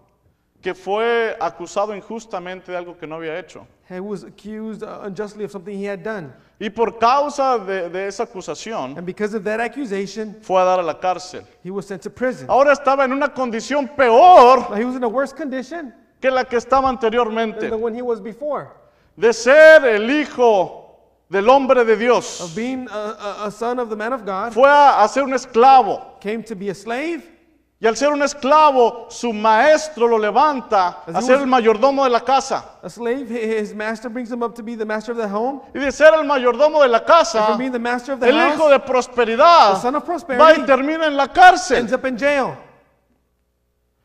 Speaker 1: que fue acusado injustamente de algo que no había hecho.
Speaker 2: He was accused uh, unjustly of something he had done,
Speaker 1: Y por causa de, de esa acusación,
Speaker 2: and because of that accusation,
Speaker 1: fue a dar a la cárcel.
Speaker 2: he was sent to prison.
Speaker 1: Ahora estaba en una condición peor
Speaker 2: Now, he was in a worse condition
Speaker 1: que la que estaba
Speaker 2: than
Speaker 1: anteriormente,
Speaker 2: the one he was before,
Speaker 1: de ser el hijo del hombre de
Speaker 2: of
Speaker 1: Dios.
Speaker 2: being a, a, a son of the man of God,
Speaker 1: Fue a, a ser un esclavo.
Speaker 2: came to be a slave.
Speaker 1: Y al ser un esclavo, su maestro lo levanta a
Speaker 2: Así
Speaker 1: ser
Speaker 2: es.
Speaker 1: el mayordomo de la casa.
Speaker 2: A slave, hi- his master brings him up to be the master of the home.
Speaker 1: Y de ser el mayordomo de la
Speaker 2: From
Speaker 1: casa,
Speaker 2: being the master of the
Speaker 1: el
Speaker 2: house,
Speaker 1: hijo de prosperidad
Speaker 2: the son of
Speaker 1: va y
Speaker 2: prosperity,
Speaker 1: termina en la
Speaker 2: ends
Speaker 1: cárcel.
Speaker 2: up in jail.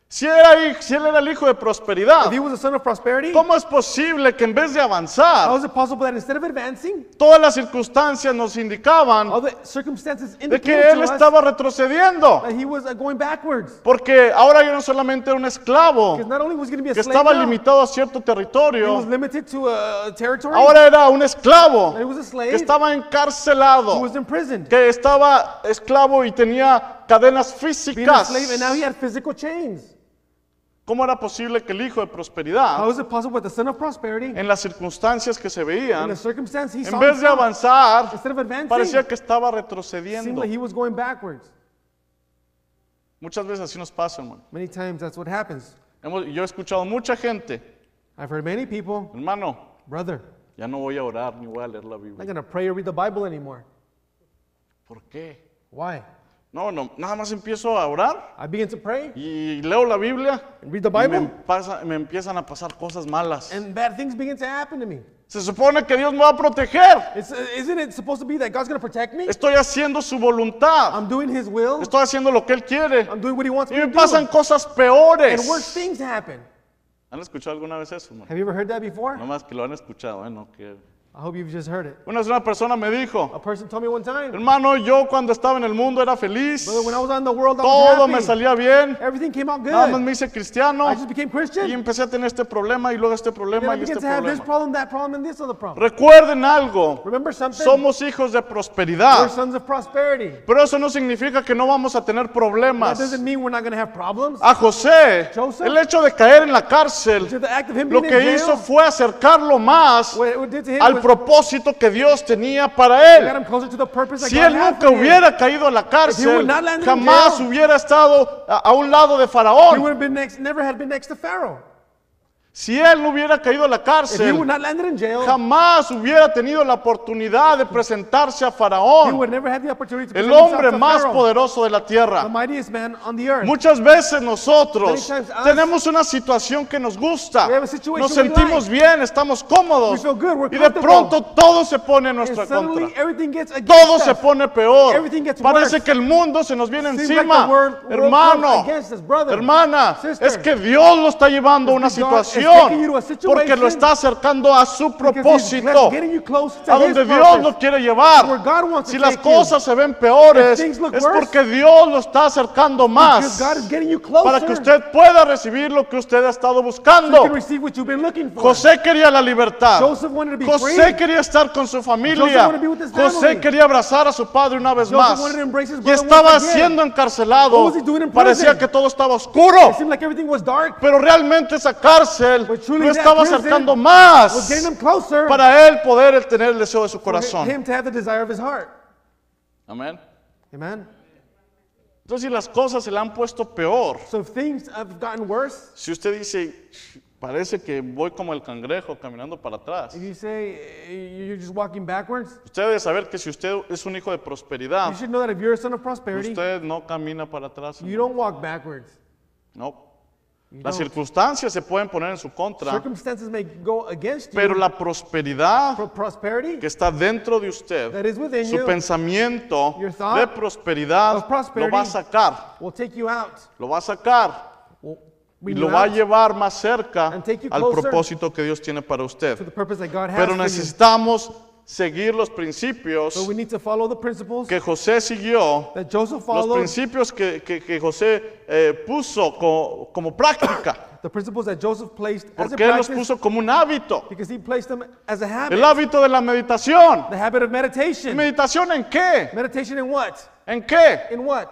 Speaker 1: Si, era, hij- si él era el hijo de prosperidad,
Speaker 2: If he was a son of prosperity,
Speaker 1: ¿cómo es posible que en vez de
Speaker 2: how
Speaker 1: avanzar,
Speaker 2: is it possible that instead of advancing,
Speaker 1: todas las circunstancias nos indicaban
Speaker 2: all the circumstances
Speaker 1: de que
Speaker 2: indicated to
Speaker 1: él
Speaker 2: us
Speaker 1: estaba retrocediendo?
Speaker 2: that he was uh, going backwards?
Speaker 1: Porque ahora ya no solamente era un
Speaker 2: Because
Speaker 1: esclavo
Speaker 2: not only was he going to be
Speaker 1: que
Speaker 2: a slave,
Speaker 1: estaba
Speaker 2: now,
Speaker 1: limitado a cierto
Speaker 2: he was
Speaker 1: territorio,
Speaker 2: limited to a territory.
Speaker 1: ahora era un esclavo
Speaker 2: he was a
Speaker 1: que
Speaker 2: slave
Speaker 1: estaba
Speaker 2: who
Speaker 1: encarcelado.
Speaker 2: was imprisoned.
Speaker 1: que estaba esclavo y tenía cadenas
Speaker 2: Being a
Speaker 1: físicas.
Speaker 2: slave, and now he had physical chains.
Speaker 1: ¿Cómo era posible que el hijo de prosperidad,
Speaker 2: How is it possible that the son of prosperity, in
Speaker 1: en las circunstancias que se
Speaker 2: the
Speaker 1: veían,
Speaker 2: circumstance he saw,
Speaker 1: en vez de
Speaker 2: himself,
Speaker 1: avanzar,
Speaker 2: instead of advancing,
Speaker 1: parecía que estaba
Speaker 2: it seemed
Speaker 1: retrocediendo?
Speaker 2: like he was going backwards?
Speaker 1: Muchas veces así nos pasa, hermano.
Speaker 2: Many times that's what happens.
Speaker 1: Hemos- yo he escuchado mucha gente,
Speaker 2: I've heard many people,
Speaker 1: hermano,
Speaker 2: brother,
Speaker 1: ya no voy a orar ni voy a leer la
Speaker 2: I'm not
Speaker 1: Biblia.
Speaker 2: going to pray or read the Bible anymore.
Speaker 1: ¿Por qué?
Speaker 2: Why?
Speaker 1: No, no, nada más empiezo a orar
Speaker 2: I begin to pray
Speaker 1: y leo la Biblia
Speaker 2: and read the
Speaker 1: y me,
Speaker 2: Bible,
Speaker 1: pasa- me empiezan a pasar cosas malas.
Speaker 2: and bad things begin to happen to me.
Speaker 1: Se supone que Dios me va a proteger.
Speaker 2: It's, uh, isn't it supposed to be that God's going to protect me?
Speaker 1: Estoy haciendo su voluntad.
Speaker 2: I'm doing His will.
Speaker 1: Estoy haciendo lo que él quiere.
Speaker 2: I'm doing what He wants
Speaker 1: Y
Speaker 2: me to
Speaker 1: me
Speaker 2: do.
Speaker 1: pasan cosas
Speaker 2: And worse
Speaker 1: peores.
Speaker 2: things happen.
Speaker 1: ¿Han escuchado alguna vez eso?
Speaker 2: (laughs)
Speaker 1: hermano?
Speaker 2: Have you ever heard that before?
Speaker 1: No más que lo han escuchado, ¿eh? No que-
Speaker 2: I hope you've just heard it.
Speaker 1: Una vez una persona me dijo,
Speaker 2: A person told me one time,
Speaker 1: hermano, yo cuando estaba en el mundo era feliz,
Speaker 2: brother, when I was on the world, I
Speaker 1: todo me
Speaker 2: was happy.
Speaker 1: salía bien,
Speaker 2: Everything came out
Speaker 1: nada más
Speaker 2: good.
Speaker 1: me hice cristiano
Speaker 2: I just became
Speaker 1: y
Speaker 2: Christian.
Speaker 1: empecé a tener este problema y luego este
Speaker 2: Then
Speaker 1: problema
Speaker 2: I
Speaker 1: y
Speaker 2: began
Speaker 1: este
Speaker 2: to have this
Speaker 1: problema.
Speaker 2: problem, that problem, and this other problem.
Speaker 1: Recuerden algo,
Speaker 2: Remember something?
Speaker 1: somos hijos de
Speaker 2: We're
Speaker 1: prosperidad,
Speaker 2: sons of prosperity.
Speaker 1: pero eso no significa que no vamos a tener
Speaker 2: That
Speaker 1: problemas.
Speaker 2: doesn't mean we're not going to have problems.
Speaker 1: A José,
Speaker 2: Joseph.
Speaker 1: el hecho de caer en la cárcel
Speaker 2: To the act of him
Speaker 1: Lo
Speaker 2: being in
Speaker 1: que hizo
Speaker 2: jail,
Speaker 1: fue acercarlo más
Speaker 2: what it did to him
Speaker 1: al
Speaker 2: was
Speaker 1: propósito que Dios tenía para
Speaker 2: got
Speaker 1: él.
Speaker 2: him closer to the purpose that
Speaker 1: Si
Speaker 2: God
Speaker 1: él
Speaker 2: had
Speaker 1: nunca
Speaker 2: for him.
Speaker 1: hubiera caído a la cárcel,
Speaker 2: not landed in
Speaker 1: jamás
Speaker 2: jail.
Speaker 1: hubiera estado a, a un lado de
Speaker 2: He would
Speaker 1: Faraón.
Speaker 2: have been next, never had been next to Pharaoh.
Speaker 1: Si él no hubiera caído a la
Speaker 2: If he would
Speaker 1: cárcel,
Speaker 2: not landed in jail,
Speaker 1: jamás hubiera tenido la oportunidad de presentarse a
Speaker 2: he
Speaker 1: Faraón,
Speaker 2: would never have the opportunity to
Speaker 1: el
Speaker 2: present himself
Speaker 1: hombre
Speaker 2: to
Speaker 1: más
Speaker 2: Pharaoh,
Speaker 1: poderoso de la
Speaker 2: the
Speaker 1: tierra.
Speaker 2: mightiest man on the earth.
Speaker 1: Muchas veces nosotros
Speaker 2: Many times us-
Speaker 1: tenemos una situación que nos gusta,
Speaker 2: "Ah, We have a situation
Speaker 1: nos
Speaker 2: we like.
Speaker 1: sentimos bien, estamos cómodos
Speaker 2: We feel good, we're
Speaker 1: y de pronto
Speaker 2: comfortable.
Speaker 1: todo se pone en
Speaker 2: and
Speaker 1: nuestra
Speaker 2: suddenly
Speaker 1: contra.
Speaker 2: everything gets against
Speaker 1: Todo se
Speaker 2: us.
Speaker 1: pone peor.
Speaker 2: Everything gets
Speaker 1: Parece
Speaker 2: worse.
Speaker 1: que el mundo se nos viene
Speaker 2: Seems
Speaker 1: encima.
Speaker 2: like the world- world
Speaker 1: Hermano,
Speaker 2: comes against us, brother,
Speaker 1: hermana,
Speaker 2: sister.
Speaker 1: es que Dios lo está llevando a una
Speaker 2: Because God
Speaker 1: situación
Speaker 2: is taking you to a
Speaker 1: porque lo
Speaker 2: situation
Speaker 1: está acercando a su
Speaker 2: Because he's
Speaker 1: propósito,
Speaker 2: getting you close to
Speaker 1: a
Speaker 2: his
Speaker 1: donde Dios
Speaker 2: purpose.
Speaker 1: lo quiere llevar.
Speaker 2: where God wants
Speaker 1: Si
Speaker 2: to
Speaker 1: las
Speaker 2: take you.
Speaker 1: cosas se ven peores,
Speaker 2: If things look
Speaker 1: es
Speaker 2: worse,
Speaker 1: porque Dios lo está acercando
Speaker 2: Because
Speaker 1: más
Speaker 2: God is getting you closer.
Speaker 1: para que usted pueda recibir lo que usted ha estado
Speaker 2: so you
Speaker 1: buscando.
Speaker 2: can receive what you've been looking for.
Speaker 1: José quería la libertad.
Speaker 2: Joseph wanted to be
Speaker 1: José
Speaker 2: free.
Speaker 1: quería estar con su
Speaker 2: Joseph
Speaker 1: familia.
Speaker 2: wanted to be with his
Speaker 1: José
Speaker 2: family.
Speaker 1: quería abrazar a su padre una vez
Speaker 2: Joseph
Speaker 1: más.
Speaker 2: wanted to embrace his
Speaker 1: Y
Speaker 2: brother
Speaker 1: estaba
Speaker 2: once again.
Speaker 1: siendo encarcelado.
Speaker 2: What was he doing in
Speaker 1: Parecía
Speaker 2: prison?
Speaker 1: que todo estaba oscuro.
Speaker 2: It seemed like everything was dark.
Speaker 1: Pero realmente esa cárcel
Speaker 2: But
Speaker 1: lo
Speaker 2: truly that
Speaker 1: estaba
Speaker 2: prison
Speaker 1: acercando
Speaker 2: was getting him
Speaker 1: más
Speaker 2: closer
Speaker 1: para él poder tener el deseo de su
Speaker 2: for
Speaker 1: corazón.
Speaker 2: him to have the desire of his heart.
Speaker 1: Amén.
Speaker 2: Amen.
Speaker 1: Entonces, si las cosas se le han puesto peor,
Speaker 2: So if things have gotten worse,
Speaker 1: si usted dice, parece que voy como el cangrejo caminando para atrás,
Speaker 2: if you say eh, you're just walking backwards,
Speaker 1: usted debe saber que si usted es un hijo de prosperidad,
Speaker 2: you should know that if you're a son of prosperity,
Speaker 1: usted no camina para atrás.
Speaker 2: you don't walk backwards.
Speaker 1: No. Las
Speaker 2: don't.
Speaker 1: circunstancias se pueden poner en su contra,
Speaker 2: Circumstances may go against you.
Speaker 1: pero la prosperidad
Speaker 2: Pro- prosperity
Speaker 1: que está dentro de usted,
Speaker 2: that is within
Speaker 1: su
Speaker 2: you
Speaker 1: pensamiento
Speaker 2: your thought
Speaker 1: de prosperidad
Speaker 2: of
Speaker 1: lo
Speaker 2: prosperity.
Speaker 1: va a sacar,
Speaker 2: will take you out.
Speaker 1: lo va a sacar
Speaker 2: Will
Speaker 1: y
Speaker 2: bring
Speaker 1: lo
Speaker 2: you
Speaker 1: va a
Speaker 2: out
Speaker 1: llevar más cerca
Speaker 2: And take you
Speaker 1: al
Speaker 2: closer
Speaker 1: propósito que Dios tiene para
Speaker 2: to
Speaker 1: usted.
Speaker 2: the purpose that God has
Speaker 1: Pero
Speaker 2: for you.
Speaker 1: necesitamos seguir los principios
Speaker 2: So we need to follow the principles
Speaker 1: que José siguió,
Speaker 2: that Joseph
Speaker 1: los
Speaker 2: followed,
Speaker 1: principios que, que- que José eh, puso co- como práctica.
Speaker 2: the principles that Joseph placed as a
Speaker 1: Porque él los
Speaker 2: practice,
Speaker 1: puso como un hábito.
Speaker 2: because he placed them as a habit,
Speaker 1: El hábito de la meditación.
Speaker 2: the habit of meditation.
Speaker 1: ¿Meditación en qué?
Speaker 2: meditation in what?
Speaker 1: ¿En qué?
Speaker 2: In what?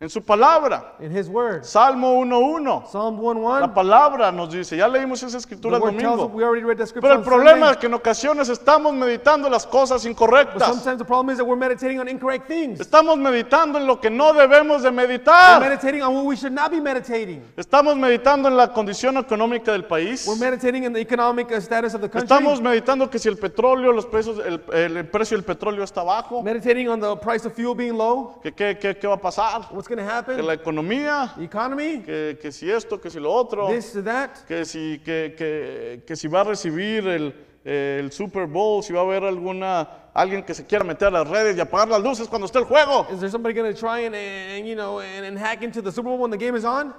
Speaker 1: En su palabra.
Speaker 2: In his word.
Speaker 1: Salmo 1.1.
Speaker 2: Psalm
Speaker 1: La
Speaker 2: 1:1.
Speaker 1: palabra nos dice, ya leímos esa escritura
Speaker 2: The
Speaker 1: el
Speaker 2: word tells us,
Speaker 1: domingo.
Speaker 2: we already read that scripture
Speaker 1: Pero el
Speaker 2: on
Speaker 1: problema es
Speaker 2: Sunday,
Speaker 1: que en ocasiones estamos meditando las cosas
Speaker 2: but
Speaker 1: incorrectas.
Speaker 2: sometimes the problem is that we're meditating on incorrect things.
Speaker 1: Estamos meditando en lo que no debemos de
Speaker 2: We're
Speaker 1: meditar.
Speaker 2: meditating on what we should not be meditating.
Speaker 1: Estamos meditando en la condición económica del país.
Speaker 2: We're meditating in the economic uh, status of the country.
Speaker 1: Estamos meditando que si el petróleo, los precios, el, el precio del petróleo está bajo,
Speaker 2: meditating on the price of fuel being low.
Speaker 1: que qué, qué- qué va a pasar,
Speaker 2: What's going to
Speaker 1: que
Speaker 2: happen?
Speaker 1: la economía,
Speaker 2: the economy,
Speaker 1: que, que si esto, que si lo otro,
Speaker 2: this, that.
Speaker 1: que si, que, que- que si va a recibir el, eh, el Super Bowl, si va a haber alguna, alguien que se quiera meter a las redes y apagar las luces cuando esté el juego.
Speaker 2: Is there somebody going to try and, and you know and, and hack into the Super Bowl when the game is on?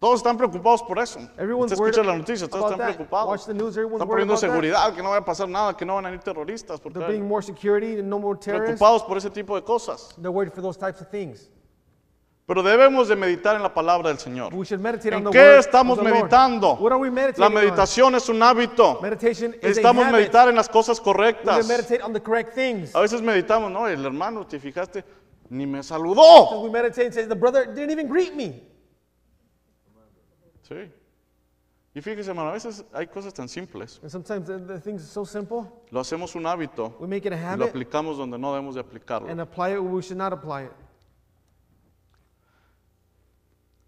Speaker 1: Todos están preocupados por eso.
Speaker 2: Everyone's
Speaker 1: Usted
Speaker 2: worried
Speaker 1: escucha la noticia, todos
Speaker 2: about
Speaker 1: están
Speaker 2: that. Watch
Speaker 1: preocupados.
Speaker 2: the news. Everyone's
Speaker 1: Están
Speaker 2: worried
Speaker 1: poniendo
Speaker 2: about that.
Speaker 1: seguridad, que no vaya a pasar nada, que no van a ir terroristas, porque
Speaker 2: They're being more security and no more terrorists.
Speaker 1: preocupados por ese tipo de cosas.
Speaker 2: They're worried for those types of things.
Speaker 1: Pero debemos de meditar en la palabra del Señor.
Speaker 2: We should meditate on
Speaker 1: ¿En
Speaker 2: the
Speaker 1: qué
Speaker 2: word of
Speaker 1: estamos
Speaker 2: the Lord.
Speaker 1: meditando?
Speaker 2: What are we
Speaker 1: La
Speaker 2: meditating on?
Speaker 1: meditación es un hábito.
Speaker 2: Meditation is a
Speaker 1: Necesitamos
Speaker 2: habit.
Speaker 1: meditar en las cosas
Speaker 2: We should
Speaker 1: correctas.
Speaker 2: meditate on the correct things.
Speaker 1: A veces meditamos, no, el hermano, ¿te fijaste? Ni me saludó.
Speaker 2: We meditate and say, the brother didn't even greet me.
Speaker 1: Sí. Y fíjese, hermano, a veces hay cosas tan simples.
Speaker 2: And sometimes the, the things are so simple.
Speaker 1: Lo hacemos un hábito
Speaker 2: We make it a
Speaker 1: y lo
Speaker 2: habit
Speaker 1: aplicamos donde no debemos de
Speaker 2: and
Speaker 1: aplicarlo.
Speaker 2: apply it where we should not apply it.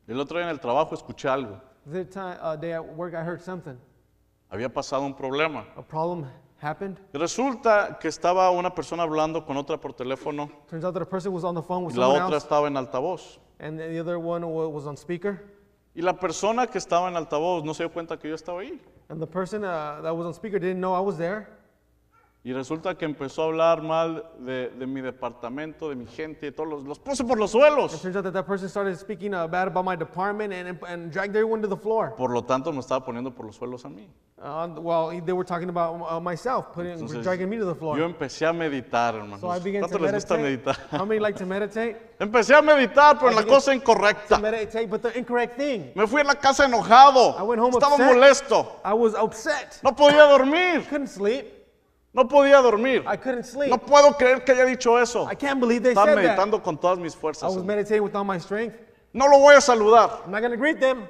Speaker 1: El otro día en el trabajo escuché algo.
Speaker 2: The time, uh, day at work, I heard something.
Speaker 1: Había pasado un problema.
Speaker 2: A problem happened.
Speaker 1: Y resulta que estaba una persona hablando con otra por teléfono
Speaker 2: Turns out that a person was on the phone with
Speaker 1: y la
Speaker 2: someone
Speaker 1: otra
Speaker 2: else,
Speaker 1: estaba en altavoz.
Speaker 2: and the other one wa- was on speaker.
Speaker 1: Y la persona que estaba en altavoz no se dio cuenta que yo estaba ahí.
Speaker 2: And the person uh, that was on speaker didn't know I was there.
Speaker 1: Y resulta que empezó a hablar mal de, de mi departamento, de mi gente, y todos los, los puse por los
Speaker 2: It
Speaker 1: suelos.
Speaker 2: turns out that that person started speaking uh, bad about my department and, and dragged everyone to the floor.
Speaker 1: Por lo tanto, me estaba poniendo por los suelos a mí.
Speaker 2: Uh, well, they were talking about uh, myself, putting,
Speaker 1: Entonces,
Speaker 2: dragging me to the
Speaker 1: Yo
Speaker 2: floor.
Speaker 1: empecé a meditar, hermanos.
Speaker 2: So I began
Speaker 1: ¿Cuánto
Speaker 2: to
Speaker 1: les gusta
Speaker 2: meditate.
Speaker 1: meditar?
Speaker 2: (laughs) How many like to meditate?
Speaker 1: (laughs) Empecé a meditar, pero en la
Speaker 2: began
Speaker 1: cosa incorrecta.
Speaker 2: Meditate, but the incorrect thing.
Speaker 1: Me fui a la casa enojado.
Speaker 2: I went home
Speaker 1: Estaba
Speaker 2: upset.
Speaker 1: molesto.
Speaker 2: I was upset.
Speaker 1: No podía dormir.
Speaker 2: Couldn't sleep.
Speaker 1: No podía dormir.
Speaker 2: I couldn't sleep.
Speaker 1: No puedo creer que haya dicho eso.
Speaker 2: I can't believe they
Speaker 1: Estaba
Speaker 2: said that.
Speaker 1: meditando con todas mis
Speaker 2: I
Speaker 1: fuerzas.
Speaker 2: was meditating with all my strength.
Speaker 1: No lo voy a saludar.
Speaker 2: I'm not gonna greet them.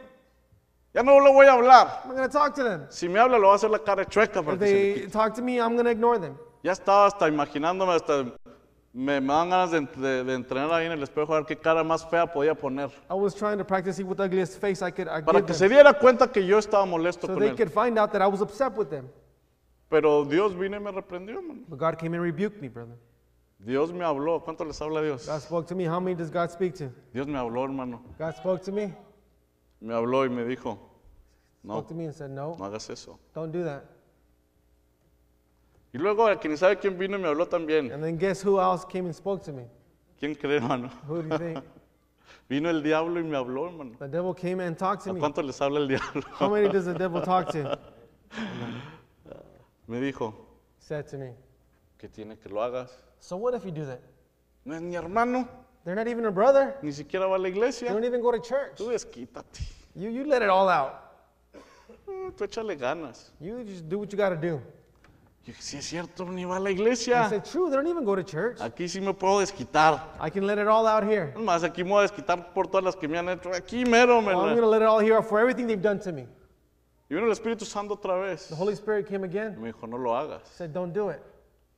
Speaker 1: Ya no lo voy a hablar.
Speaker 2: I'm not gonna talk to them.
Speaker 1: Si me habla, lo voy a hacer la cara chueca para
Speaker 2: If
Speaker 1: que se le
Speaker 2: they
Speaker 1: quite.
Speaker 2: talk to me, I'm gonna ignore them.
Speaker 1: Ya estaba hasta imaginándome, hasta me, me dan ganas de, de- de entrenar ahí en el espejo a ver qué cara más fea podía poner.
Speaker 2: I was trying to practice it with the ugliest face I could. I
Speaker 1: Para
Speaker 2: give
Speaker 1: que se
Speaker 2: them,
Speaker 1: diera cuenta que yo estaba molesto
Speaker 2: so
Speaker 1: con
Speaker 2: they
Speaker 1: él.
Speaker 2: could find out that I was upset with them.
Speaker 1: Pero Dios vino y me reprendió. hermano.
Speaker 2: But God came and rebuked me, brother.
Speaker 1: Dios me habló. ¿Cuánto les habla Dios?
Speaker 2: God spoke to me. How many does God speak to?
Speaker 1: Dios me habló, hermano.
Speaker 2: God spoke to me.
Speaker 1: Me habló y me dijo, no,
Speaker 2: Spoke to me and said, "No,
Speaker 1: no hagas eso.
Speaker 2: don't do that."
Speaker 1: Y luego, a quien sabe quién vino y me habló también.
Speaker 2: And then guess who else came and spoke to me?
Speaker 1: ¿Quién cree, hermano? (laughs)
Speaker 2: Who do you think?
Speaker 1: Vino el diablo y me habló, hermano.
Speaker 2: the devil came and talked to
Speaker 1: ¿A
Speaker 2: me.
Speaker 1: cuánto les habla el (laughs) diablo?
Speaker 2: How many does the devil talk to?
Speaker 1: Me dijo,
Speaker 2: Said to me.
Speaker 1: que tiene que lo hagas.
Speaker 2: So what if you do that?
Speaker 1: No es mi hermano,
Speaker 2: They're not even a brother.
Speaker 1: ni siquiera va a la
Speaker 2: They
Speaker 1: iglesia.
Speaker 2: don't even go to church.
Speaker 1: Tú desquítate.
Speaker 2: You, you let it all out.
Speaker 1: Ah, Tú échale ganas.
Speaker 2: You just do what you got to do.
Speaker 1: Yo dije, sí es cierto, ni va a la
Speaker 2: I
Speaker 1: iglesia.
Speaker 2: said, true, they don't even go to church.
Speaker 1: Aquí sí me puedo desquitar.
Speaker 2: I can let it all out here.
Speaker 1: Es más, aquí me voy a desquitar por todas las que me han hecho. Aquí mero, me
Speaker 2: I'm
Speaker 1: la-
Speaker 2: going to let it all here out for everything they've done to me.
Speaker 1: Y vino el Espíritu Santo otra vez.
Speaker 2: The Holy Spirit came
Speaker 1: Y
Speaker 2: again,
Speaker 1: me dijo, no lo hagas.
Speaker 2: said, don't do it.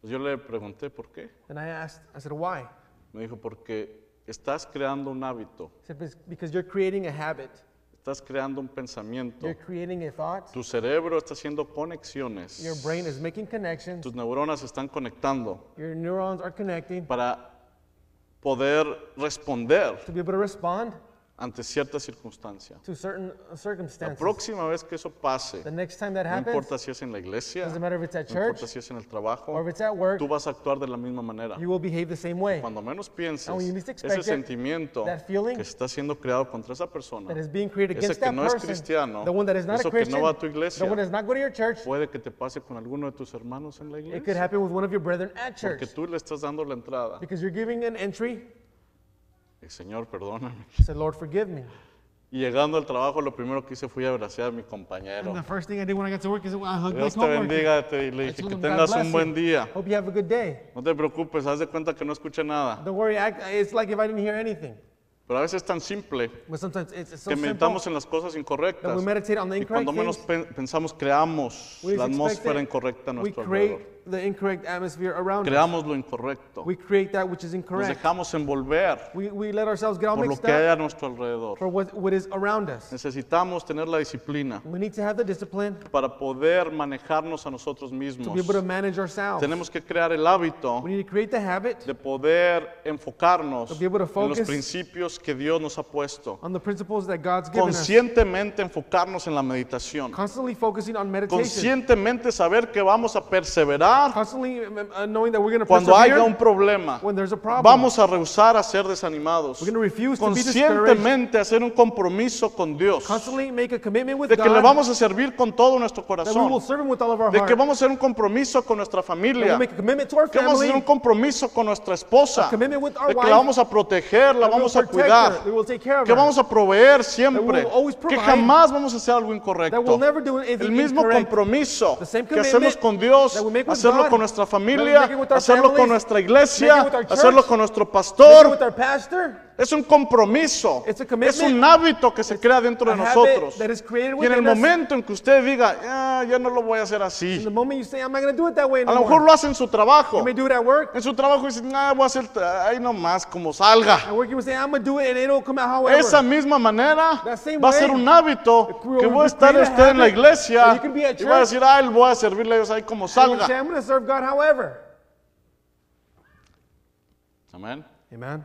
Speaker 1: Pues yo le pregunté, ¿por qué?
Speaker 2: And I asked, I said, why? He
Speaker 1: Me dijo, porque estás creando un hábito,
Speaker 2: said, "Bes- because you're creating a habit.
Speaker 1: estás creando un pensamiento.
Speaker 2: You're creating a thought.
Speaker 1: Tu cerebro está haciendo
Speaker 2: Your
Speaker 1: conexiones.
Speaker 2: brain is making connections.
Speaker 1: Tus neuronas se están conectando.
Speaker 2: Your neurons are connecting
Speaker 1: para poder responder
Speaker 2: to be able to respond
Speaker 1: ante cierta circunstancia.
Speaker 2: to certain uh,
Speaker 1: La
Speaker 2: circumstances.
Speaker 1: próxima vez que eso pase,
Speaker 2: The next time that
Speaker 1: no
Speaker 2: happens,
Speaker 1: importa si es en la iglesia,
Speaker 2: doesn't
Speaker 1: no
Speaker 2: matter if it's at church
Speaker 1: importa si es en el
Speaker 2: or
Speaker 1: trabajo,
Speaker 2: if it's at work,
Speaker 1: tú vas a actuar de la misma manera.
Speaker 2: you will behave the same way
Speaker 1: Cuando menos pienses,
Speaker 2: And when you least expect
Speaker 1: ese
Speaker 2: it,
Speaker 1: sentimiento
Speaker 2: that feeling
Speaker 1: que está siendo creado contra esa persona
Speaker 2: that is being created
Speaker 1: ese
Speaker 2: against
Speaker 1: que
Speaker 2: that
Speaker 1: no es
Speaker 2: person,
Speaker 1: cristiano,
Speaker 2: the one that is not
Speaker 1: eso
Speaker 2: a
Speaker 1: que no
Speaker 2: Christian,
Speaker 1: va a tu
Speaker 2: the one that
Speaker 1: iglesia,
Speaker 2: does not go to your church,
Speaker 1: puede que te pase con alguno de tus hermanos en la
Speaker 2: it could
Speaker 1: iglesia,
Speaker 2: happen with one of your brethren at church
Speaker 1: porque tú le estás dando la entrada.
Speaker 2: because you're giving an entry.
Speaker 1: El Señor, perdóname.
Speaker 2: She said, Lord, forgive me.
Speaker 1: Y llegando al trabajo, lo primero que hice fue abrazar a mi
Speaker 2: And the
Speaker 1: compañero.
Speaker 2: first thing I did when I got to work is I hugged
Speaker 1: Dios
Speaker 2: my
Speaker 1: te
Speaker 2: coworker.
Speaker 1: bendiga, te, le
Speaker 2: I
Speaker 1: dije
Speaker 2: told
Speaker 1: que
Speaker 2: him, "God
Speaker 1: tengas
Speaker 2: bless
Speaker 1: un
Speaker 2: you.
Speaker 1: buen día.
Speaker 2: Hope you have a good day.
Speaker 1: No te preocupes, haz de cuenta que no escuché nada.
Speaker 2: Don't worry, I, it's like if I didn't hear anything.
Speaker 1: Pero a veces es tan simple
Speaker 2: But sometimes it's, it's so
Speaker 1: que
Speaker 2: simple
Speaker 1: meditamos en las cosas
Speaker 2: that
Speaker 1: incorrectas.
Speaker 2: we meditate on the
Speaker 1: Y
Speaker 2: incorrect
Speaker 1: cuando menos
Speaker 2: things.
Speaker 1: pe- pensamos, creamos
Speaker 2: We
Speaker 1: la
Speaker 2: expect
Speaker 1: atmósfera
Speaker 2: it.
Speaker 1: incorrecta a
Speaker 2: We
Speaker 1: nuestro
Speaker 2: create
Speaker 1: alrededor.
Speaker 2: the incorrect atmosphere around us.
Speaker 1: Creamos lo incorrecto.
Speaker 2: We create that which is
Speaker 1: Nos
Speaker 2: incorrect.
Speaker 1: dejamos envolver
Speaker 2: We, we let ourselves get all
Speaker 1: por lo
Speaker 2: mixed
Speaker 1: que hay a
Speaker 2: up
Speaker 1: nuestro alrededor.
Speaker 2: for what, what is around us.
Speaker 1: Necesitamos tener la disciplina
Speaker 2: We need to have the discipline
Speaker 1: para poder manejarnos a nosotros
Speaker 2: to
Speaker 1: mismos.
Speaker 2: be able to manage ourselves.
Speaker 1: Tenemos que crear el hábito
Speaker 2: We need to create the habit
Speaker 1: de poder enfocarnos
Speaker 2: To be able to
Speaker 1: en los
Speaker 2: focus
Speaker 1: principios que Dios nos ha puesto.
Speaker 2: on the principles that God's given us.
Speaker 1: Conscientemente enfocarnos en la meditación.
Speaker 2: Constantly focusing on meditation.
Speaker 1: Conscientemente saber que vamos a perseverar
Speaker 2: Constantly um, uh, knowing that we're going to
Speaker 1: cuando haya un
Speaker 2: persevere
Speaker 1: problema.
Speaker 2: when there's a problem.
Speaker 1: Vamos a rehusar a ser desanimados.
Speaker 2: We're going to refuse to be discouraged.
Speaker 1: Conscientemente hacer un compromiso con Dios.
Speaker 2: Constantly make a commitment with
Speaker 1: De que le
Speaker 2: God
Speaker 1: vamos a servir con todo nuestro
Speaker 2: that we
Speaker 1: corazón.
Speaker 2: will serve Him with all of our
Speaker 1: De
Speaker 2: heart.
Speaker 1: que
Speaker 2: That
Speaker 1: vamos a hacer un compromiso con nuestra
Speaker 2: we'll
Speaker 1: familia.
Speaker 2: make a commitment to our
Speaker 1: Que vamos a hacer un
Speaker 2: family.
Speaker 1: compromiso con nuestra esposa.
Speaker 2: A commitment with our
Speaker 1: De que
Speaker 2: wife.
Speaker 1: la vamos a proteger, la
Speaker 2: that we will
Speaker 1: vamos a
Speaker 2: protect
Speaker 1: cuidar.
Speaker 2: her, that we will take care of
Speaker 1: Que
Speaker 2: her,
Speaker 1: vamos a proveer siempre.
Speaker 2: will always
Speaker 1: Que
Speaker 2: provide.
Speaker 1: jamás vamos a hacer algo
Speaker 2: that we'll
Speaker 1: incorrecto.
Speaker 2: never do anything
Speaker 1: El mismo
Speaker 2: incorrect.
Speaker 1: compromiso
Speaker 2: The same
Speaker 1: que hacemos
Speaker 2: commitment
Speaker 1: con Dios,
Speaker 2: that we make with
Speaker 1: hacerlo
Speaker 2: God,
Speaker 1: con nuestra
Speaker 2: that we make
Speaker 1: familia,
Speaker 2: it with our
Speaker 1: hacerlo con
Speaker 2: families,
Speaker 1: nuestra
Speaker 2: make
Speaker 1: iglesia,
Speaker 2: it with our church,
Speaker 1: hacerlo con nuestro
Speaker 2: Maybe
Speaker 1: pastor.
Speaker 2: with our pastor,
Speaker 1: Es un compromiso, es
Speaker 2: It's a
Speaker 1: un
Speaker 2: commitment,
Speaker 1: hábito que se crea dentro de
Speaker 2: a habit
Speaker 1: nosotros.
Speaker 2: that is created
Speaker 1: Y en el
Speaker 2: within us.
Speaker 1: momento en que usted diga, "Ah, ya no lo voy a hacer
Speaker 2: in
Speaker 1: así,
Speaker 2: the moment you say, I'm not going to do it that way
Speaker 1: a lo
Speaker 2: anymore.
Speaker 1: mejor lo hace en su trabajo.
Speaker 2: you may do it at work.
Speaker 1: En su trabajo dice, "Ah, voy a hacer, ahí nomás, como salga.
Speaker 2: At work, you will say, I'm going to do it and it'll come out however.
Speaker 1: Esa misma manera
Speaker 2: That same
Speaker 1: va a ser
Speaker 2: way,
Speaker 1: un hábito
Speaker 2: we
Speaker 1: que
Speaker 2: will
Speaker 1: va a estar
Speaker 2: create a
Speaker 1: usted en la
Speaker 2: habit that
Speaker 1: iglesia
Speaker 2: you can be at
Speaker 1: y va a
Speaker 2: church.
Speaker 1: decir, ah, él voy a servirle a Dios ahí como
Speaker 2: And you say,
Speaker 1: salga.
Speaker 2: I'm going to serve God however.
Speaker 1: Amén.
Speaker 2: Amen.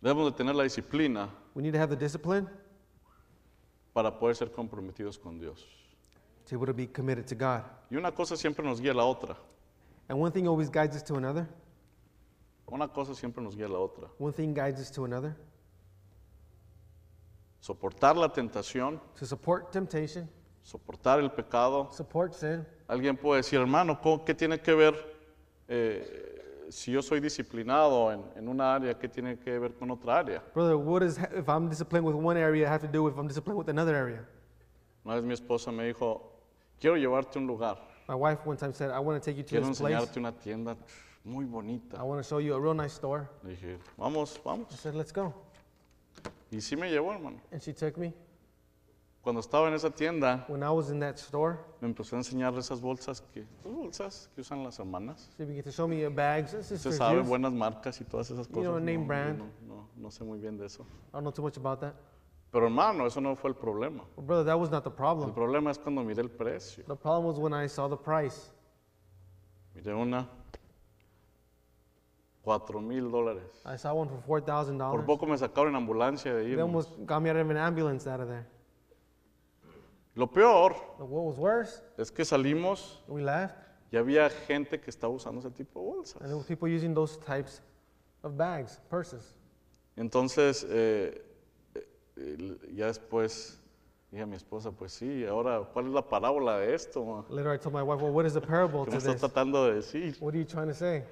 Speaker 1: Debemos de tener la disciplina
Speaker 2: We need to have the discipline to
Speaker 1: para poder ser comprometidos con Dios.
Speaker 3: To be able to be committed to God.
Speaker 1: Y una cosa siempre nos guía a la otra.
Speaker 3: And one thing always guides us to another.
Speaker 1: Una cosa siempre nos guía a la otra.
Speaker 3: One thing guides us to another.
Speaker 1: Soportar la tentación,
Speaker 3: To support temptation,
Speaker 1: soportar el pecado.
Speaker 2: support sin.
Speaker 1: Alguien puede decir, hermano, ¿cómo- ¿qué tiene que ver eh, si yo soy disciplinado en, en una área? ¿Qué tiene que ver con otra área?
Speaker 3: Brother, what is if I'm disciplined with one area, I have to do if I'm disciplined with another area?
Speaker 1: Una vez mi esposa me dijo, quiero llevarte a un lugar.
Speaker 3: My wife one time said, I want to take you to
Speaker 1: Quiero
Speaker 3: this place. Ah,
Speaker 1: enseñarte una tienda muy
Speaker 3: I
Speaker 1: bonita.
Speaker 3: want to show you a real nice store.
Speaker 1: Le dije, vamos,
Speaker 3: I
Speaker 1: vamos.
Speaker 3: said, let's go.
Speaker 1: Y sí me llevó, hermano.
Speaker 3: And she took me.
Speaker 1: Cuando estaba en esa tienda,
Speaker 3: When I was in that store,
Speaker 1: me empezó a enseñar esas bolsas que, esas bolsas que usan las hermanas.
Speaker 3: she began to show me uh, bags. This is
Speaker 1: Se
Speaker 3: for
Speaker 1: sabe
Speaker 3: juice.
Speaker 1: buenas marcas y todas esas
Speaker 3: You know,
Speaker 1: cosas.
Speaker 3: name
Speaker 1: no,
Speaker 3: brand.
Speaker 1: No, no, no sé muy bien de eso.
Speaker 3: I don't know too much about that.
Speaker 1: Pero hermano, eso no fue el problema.
Speaker 3: But brother, that was not the
Speaker 1: El
Speaker 3: problem.
Speaker 1: problema es cuando miré el precio.
Speaker 3: The problem was when I saw the price.
Speaker 1: Miré una, cuatro mil dólares.
Speaker 3: I saw one for four thousand
Speaker 1: Por
Speaker 3: dollars.
Speaker 1: poco me sacaron en ambulancia de
Speaker 3: They
Speaker 1: ir.
Speaker 3: almost got me out of an ambulance out of there.
Speaker 1: Lo peor
Speaker 2: But what was worse,
Speaker 1: es que salimos
Speaker 2: we left
Speaker 1: y había gente que estaba usando ese tipo de bolsas.
Speaker 2: and there were people using those types of bags, purses.
Speaker 1: Entonces, eh, eh, eh, ya después dije a mi esposa, pues sí, ahora, ¿cuál es la parábola de esto? ma?
Speaker 2: Later, I told my wife, well, what is the parable
Speaker 1: ¿Qué
Speaker 2: to
Speaker 1: me estás
Speaker 2: this?
Speaker 1: tratando de decir?
Speaker 2: What are you trying to say?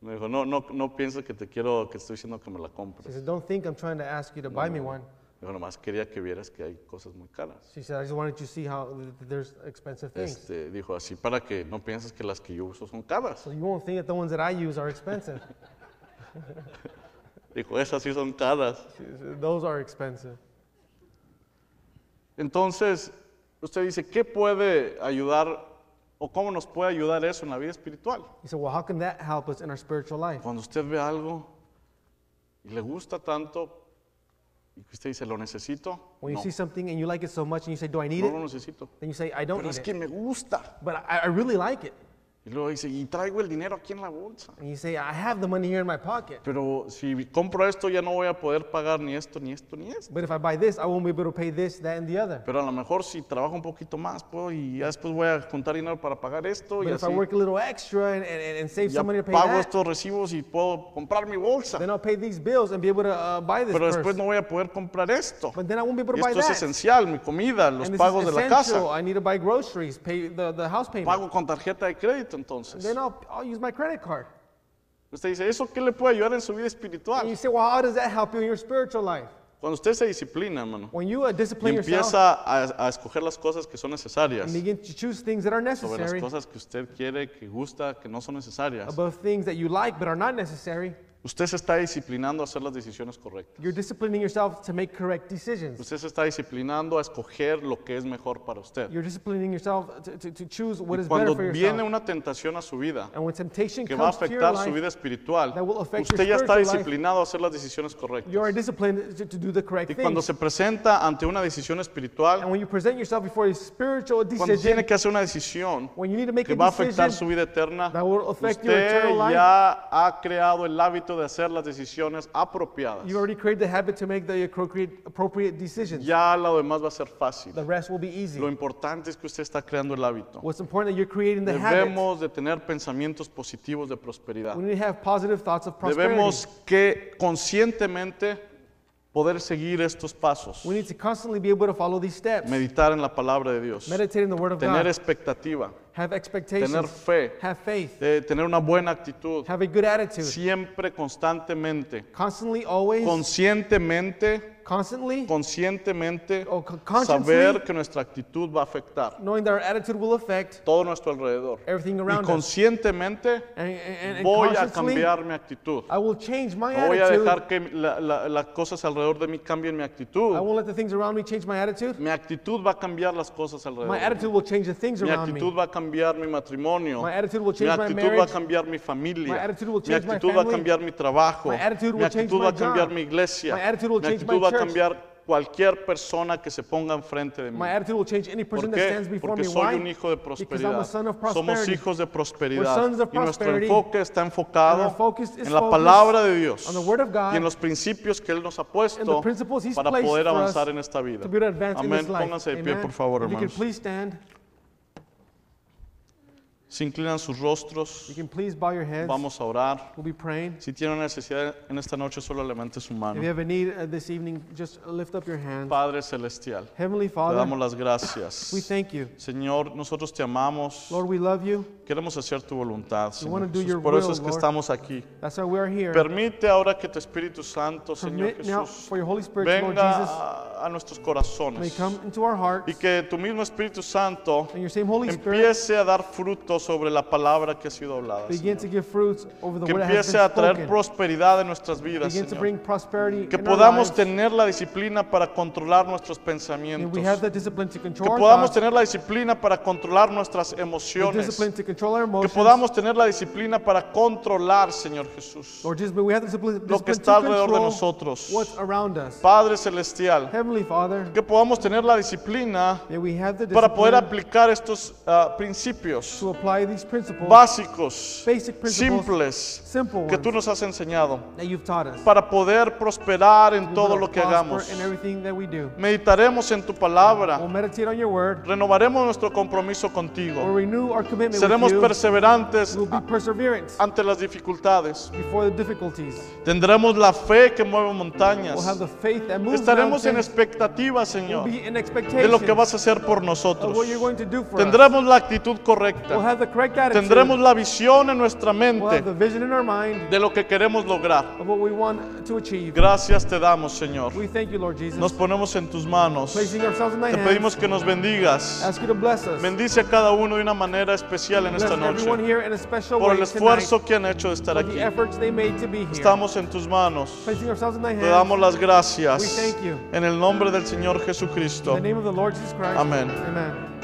Speaker 1: Me dijo, no, no, no pienses que te quiero, que estoy diciendo que me la
Speaker 2: She
Speaker 1: compres.
Speaker 2: said, don't think I'm trying to ask you to buy me one.
Speaker 1: Me dijo, nomás quería que vieras que hay cosas muy caras.
Speaker 2: She said, I just wanted you to see how th- th- there's expensive things.
Speaker 1: Este, dijo, así para que no pienses que las que yo uso son caras.
Speaker 2: So you won't think that the ones that I use are expensive.
Speaker 1: Dijo, esas sí son caras.
Speaker 2: (laughs) She said, Those are expensive.
Speaker 1: Entonces, usted dice, ¿qué puede ayudar o cómo nos puede ayudar eso en la vida espiritual?
Speaker 2: He said, well, how can that help us in our spiritual life?
Speaker 1: Cuando usted ve algo y le gusta tanto y que usted dice, lo necesito,
Speaker 2: When you
Speaker 1: no,
Speaker 2: see something and you like it so much and you say, do I need
Speaker 1: no
Speaker 2: it?
Speaker 1: lo necesito.
Speaker 2: Then you say, I don't
Speaker 1: Pero
Speaker 2: need
Speaker 1: es
Speaker 2: it.
Speaker 1: que me gusta.
Speaker 2: But I, I really like it.
Speaker 1: Y luego dice, y traigo el dinero aquí en la bolsa.
Speaker 2: And you say, I have the money here in my pocket.
Speaker 1: Pero si compro esto ya no voy a poder pagar ni esto, ni esto, ni esto.
Speaker 2: But if I buy this, I won't be able to pay this, that, and the other.
Speaker 1: Pero a lo mejor si trabajo un poquito más puedo y ya después voy a juntar dinero para pagar esto y
Speaker 2: But if I
Speaker 1: así.
Speaker 2: work a little extra and, and, and save
Speaker 1: Ya
Speaker 2: some money to pay
Speaker 1: pago
Speaker 2: that,
Speaker 1: estos recibos y puedo comprar mi bolsa.
Speaker 2: then I'll pay these bills and be able to uh, buy this
Speaker 1: Pero después
Speaker 2: purse.
Speaker 1: no voy a poder comprar esto.
Speaker 2: But then I won't be able to buy
Speaker 1: Esto es
Speaker 2: that.
Speaker 1: esencial, mi comida, los
Speaker 2: and this
Speaker 1: pagos
Speaker 2: is
Speaker 1: de la
Speaker 2: essential.
Speaker 1: casa.
Speaker 2: I need to buy groceries, pay the, the house payment.
Speaker 1: Pago con tarjeta de crédito entonces.
Speaker 2: Then I'll, I'll use my credit card.
Speaker 1: Usted dice, ¿eso qué le puede ayudar en su vida
Speaker 2: And you
Speaker 1: espiritual?
Speaker 2: say, well, how does that help you in your spiritual life?
Speaker 1: Cuando usted se disciplina, hermano,
Speaker 2: When you uh,
Speaker 1: y
Speaker 2: discipline yourself
Speaker 1: empieza a, a escoger las cosas que son necesarias,
Speaker 2: and begin to choose things that are
Speaker 1: sobre las
Speaker 2: necessary
Speaker 1: cosas que usted quiere, que gusta, que no son necesarias,
Speaker 2: above things that you like but are not necessary,
Speaker 1: usted se está disciplinando a hacer las decisiones correctas.
Speaker 2: you're disciplining yourself to make correct decisions.
Speaker 1: Usted se está disciplinando a escoger lo que es mejor para usted.
Speaker 2: You're disciplining yourself to, to, to choose what
Speaker 1: Y
Speaker 2: is better
Speaker 1: cuando
Speaker 2: for
Speaker 1: viene
Speaker 2: yourself.
Speaker 1: una tentación a su vida
Speaker 2: And when temptation
Speaker 1: que va a
Speaker 2: comes to your
Speaker 1: afectar su
Speaker 2: life,
Speaker 1: vida espiritual,
Speaker 2: that will affect your
Speaker 1: usted ya está
Speaker 2: spiritual life.
Speaker 1: disciplinado a hacer las decisiones correctas.
Speaker 2: you are disciplined to, to do the correct
Speaker 1: Y cuando
Speaker 2: things.
Speaker 1: se presenta ante una decisión
Speaker 2: And
Speaker 1: espiritual,
Speaker 2: when you present yourself before a spiritual
Speaker 1: cuando
Speaker 2: decision,
Speaker 1: tiene que hacer una decisión
Speaker 2: when you need to make
Speaker 1: que
Speaker 2: a
Speaker 1: va a afectar
Speaker 2: decision
Speaker 1: su vida eterna,
Speaker 2: that will affect your
Speaker 1: usted
Speaker 2: eternal life.
Speaker 1: ya ha creado el hábito de hacer las decisiones apropiadas.
Speaker 2: You already created the habit to make the appropriate, appropriate decisions.
Speaker 1: Ya lo demás va a ser fácil.
Speaker 2: The rest will be easy.
Speaker 1: Lo importante es que usted está creando el hábito.
Speaker 2: What's important that you're creating the habit.
Speaker 1: Debemos de tener pensamientos positivos de prosperidad.
Speaker 2: We need to have positive thoughts of prosperity.
Speaker 1: Debemos que conscientemente poder seguir estos pasos,
Speaker 2: we need to constantly be able to follow these steps.
Speaker 1: meditar en la palabra de Dios,
Speaker 2: Meditate in the Word of
Speaker 1: tener
Speaker 2: God.
Speaker 1: expectativa,
Speaker 2: Have expectations.
Speaker 1: tener fe,
Speaker 2: have faith.
Speaker 1: eh, tener una buena actitud,
Speaker 2: Have a good attitude.
Speaker 1: siempre, constantemente,
Speaker 2: Constantly, always,
Speaker 1: conscientemente,
Speaker 2: constantly,
Speaker 1: conscientemente,
Speaker 2: or con- consciously,
Speaker 1: saber que nuestra actitud va a afectar
Speaker 2: knowing that our attitude will affect
Speaker 1: todo nuestro alrededor.
Speaker 2: everything
Speaker 1: Y
Speaker 2: around us.
Speaker 1: conscientemente
Speaker 2: And, and, and
Speaker 1: voy a
Speaker 2: consciously,
Speaker 1: cambiar mi actitud.
Speaker 2: I will change my
Speaker 1: No voy a
Speaker 2: attitude.
Speaker 1: dejar que la- la- las cosas alrededor de mí cambien mi actitud.
Speaker 2: I won't let the things around me change my attitude.
Speaker 1: Mi actitud va a cambiar las cosas
Speaker 2: My
Speaker 1: alrededor.
Speaker 2: attitude will change the things
Speaker 1: Mi
Speaker 2: around
Speaker 1: actitud
Speaker 2: me.
Speaker 1: va a cambiar mi matrimonio.
Speaker 2: My attitude will
Speaker 1: Mi
Speaker 2: change my
Speaker 1: actitud va a
Speaker 2: marriage.
Speaker 1: cambiar mi
Speaker 2: My
Speaker 1: familia.
Speaker 2: attitude will
Speaker 1: Mi
Speaker 2: change my
Speaker 1: actitud va a
Speaker 2: family.
Speaker 1: cambiar mi trabajo.
Speaker 2: My attitude
Speaker 1: Mi
Speaker 2: will change
Speaker 1: actitud
Speaker 2: my
Speaker 1: va a cambiar
Speaker 2: job.
Speaker 1: mi iglesia.
Speaker 2: My attitude will
Speaker 1: Mi
Speaker 2: change
Speaker 1: actitud
Speaker 2: my
Speaker 1: va a
Speaker 2: church.
Speaker 1: cambiar cualquier persona que se ponga enfrente de mí.
Speaker 2: My attitude will change any
Speaker 1: ¿Por
Speaker 2: person that stands
Speaker 1: qué?
Speaker 2: before
Speaker 1: Porque
Speaker 2: me.
Speaker 1: soy
Speaker 2: Why?
Speaker 1: un hijo de
Speaker 2: Because I'm
Speaker 1: prosperidad.
Speaker 2: a son of
Speaker 1: Somos
Speaker 2: prosperity.
Speaker 1: hijos de
Speaker 2: We're sons
Speaker 1: prosperidad.
Speaker 2: of
Speaker 1: Y nuestro
Speaker 2: prosperity.
Speaker 1: enfoque está
Speaker 2: And
Speaker 1: enfocado
Speaker 2: our focus is
Speaker 1: en la
Speaker 2: focused
Speaker 1: palabra de Dios
Speaker 2: on the Word of God
Speaker 1: y en los principios que Él nos ha
Speaker 2: and the
Speaker 1: puesto
Speaker 2: principles He's
Speaker 1: para
Speaker 2: placed
Speaker 1: poder
Speaker 2: for us
Speaker 1: avanzar en esta vida.
Speaker 2: to be able to advance in
Speaker 1: Amén.
Speaker 2: this life.
Speaker 1: Pónganse de pie,
Speaker 2: Amen.
Speaker 1: por favor,
Speaker 2: if you can
Speaker 1: hermanos.
Speaker 2: please stand,
Speaker 1: Se inclinan sus rostros.
Speaker 2: you can please bow your heads.
Speaker 1: Vamos a orar.
Speaker 2: We'll be praying.
Speaker 1: Si tiene una necesidad en esta noche, solo levante su
Speaker 2: If you
Speaker 1: mano.
Speaker 2: have a need uh, this evening, just lift up your hand.
Speaker 1: Padre Celestial,
Speaker 2: Heavenly
Speaker 1: te damos
Speaker 2: Father,
Speaker 1: las gracias.
Speaker 2: we thank you.
Speaker 1: Señor, nosotros te amamos.
Speaker 2: Lord, we love you.
Speaker 1: Queremos hacer tu voluntad, Señor
Speaker 2: wanna do
Speaker 1: Jesús.
Speaker 2: your
Speaker 1: Por eso
Speaker 2: will,
Speaker 1: es que
Speaker 2: Lord.
Speaker 1: estamos aquí.
Speaker 2: That's why we are here.
Speaker 1: Permite ahora que tu Espíritu Santo, Señor
Speaker 2: Permit now
Speaker 1: Jesús,
Speaker 2: for your Holy Spirit, Lord
Speaker 1: venga
Speaker 2: Jesus,
Speaker 1: a, a nuestros
Speaker 2: may
Speaker 1: corazones
Speaker 2: come into our
Speaker 1: y
Speaker 2: hearts
Speaker 1: que tu mismo Espíritu Santo
Speaker 2: and your same Holy Spirit
Speaker 1: empiece a dar fruto sobre la palabra que ha sido hablada,
Speaker 2: begin
Speaker 1: Señor.
Speaker 2: to give fruits over the
Speaker 1: que
Speaker 2: word that has
Speaker 1: empiece
Speaker 2: been
Speaker 1: a traer
Speaker 2: spoken.
Speaker 1: prosperidad en nuestras vidas,
Speaker 2: Begin to
Speaker 1: Señor.
Speaker 2: bring prosperity
Speaker 1: que
Speaker 2: in our
Speaker 1: podamos
Speaker 2: lives.
Speaker 1: tener la disciplina para controlar nuestros
Speaker 2: And we have
Speaker 1: pensamientos,
Speaker 2: the discipline to
Speaker 1: que
Speaker 2: control our
Speaker 1: podamos
Speaker 2: thoughts,
Speaker 1: tener la disciplina para controlar nuestras
Speaker 2: the
Speaker 1: emociones,
Speaker 2: discipline to control our
Speaker 1: que
Speaker 2: emotions.
Speaker 1: podamos tener la disciplina para controlar, Señor Jesús,
Speaker 2: Lord Jesus, but we have the discipline,
Speaker 1: lo
Speaker 2: discipline
Speaker 1: que
Speaker 2: to
Speaker 1: está alrededor de
Speaker 2: control
Speaker 1: nosotros.
Speaker 2: what's around us.
Speaker 1: Padre Celestial,
Speaker 2: Heavenly Father,
Speaker 1: que podamos tener la disciplina
Speaker 2: may we have the
Speaker 1: para poder
Speaker 2: discipline
Speaker 1: aplicar estos ah, principios
Speaker 2: to apply these principles,
Speaker 1: básicos,
Speaker 2: Basic principles.
Speaker 1: simples,
Speaker 2: simple
Speaker 1: que tú
Speaker 2: ones,
Speaker 1: nos has enseñado,
Speaker 2: that you've taught us.
Speaker 1: para poder prosperar en
Speaker 2: We
Speaker 1: todo
Speaker 2: will
Speaker 1: lo que
Speaker 2: prosper
Speaker 1: hagamos.
Speaker 2: In everything that we do.
Speaker 1: Meditaremos en tu palabra,
Speaker 2: We'll meditate on your word.
Speaker 1: renovaremos nuestro compromiso
Speaker 2: We'll
Speaker 1: contigo,
Speaker 2: renew our commitment
Speaker 1: seremos
Speaker 2: with you.
Speaker 1: perseverantes
Speaker 2: We'll be perseverant
Speaker 1: ante las dificultades,
Speaker 2: before the difficulties.
Speaker 1: tendremos la fe que mueve
Speaker 2: We'll have
Speaker 1: montañas,
Speaker 2: the faith that moves
Speaker 1: estaremos en
Speaker 2: mountains.
Speaker 1: expectativa,
Speaker 2: We'll
Speaker 1: Señor,
Speaker 2: be in
Speaker 1: de
Speaker 2: expectation
Speaker 1: lo que vas a hacer por
Speaker 2: of
Speaker 1: nosotros.
Speaker 2: what you're going to do for us.
Speaker 1: Tendremos la actitud
Speaker 2: We'll
Speaker 1: correcta.
Speaker 2: have the correct attitude.
Speaker 1: Tendremos la visión en nuestra
Speaker 2: We'll have the
Speaker 1: mente
Speaker 2: vision in our mind
Speaker 1: de lo que queremos lograr.
Speaker 2: of what we want to achieve.
Speaker 1: Gracias te damos, Señor.
Speaker 2: We thank you, Lord Jesus.
Speaker 1: Nos ponemos en tus manos.
Speaker 2: Placing ourselves in thy
Speaker 1: Te
Speaker 2: hands,
Speaker 1: pedimos que nos bendigas.
Speaker 2: ask you to bless us.
Speaker 1: Bendice a cada uno de una manera especial en
Speaker 2: bless
Speaker 1: esta
Speaker 2: everyone
Speaker 1: noche
Speaker 2: here in a special
Speaker 1: por
Speaker 2: way
Speaker 1: el
Speaker 2: tonight,
Speaker 1: esfuerzo que han hecho de estar
Speaker 2: for
Speaker 1: aquí.
Speaker 2: the efforts they made to be here.
Speaker 1: Estamos en tus manos.
Speaker 2: Placing ourselves in thy hands,
Speaker 1: Te damos las
Speaker 2: we
Speaker 1: gracias
Speaker 2: thank you.
Speaker 1: en el nombre del Señor
Speaker 2: In
Speaker 1: Jesucristo.
Speaker 2: the name of the Lord Jesus Christ.
Speaker 1: Amen.
Speaker 2: Amen.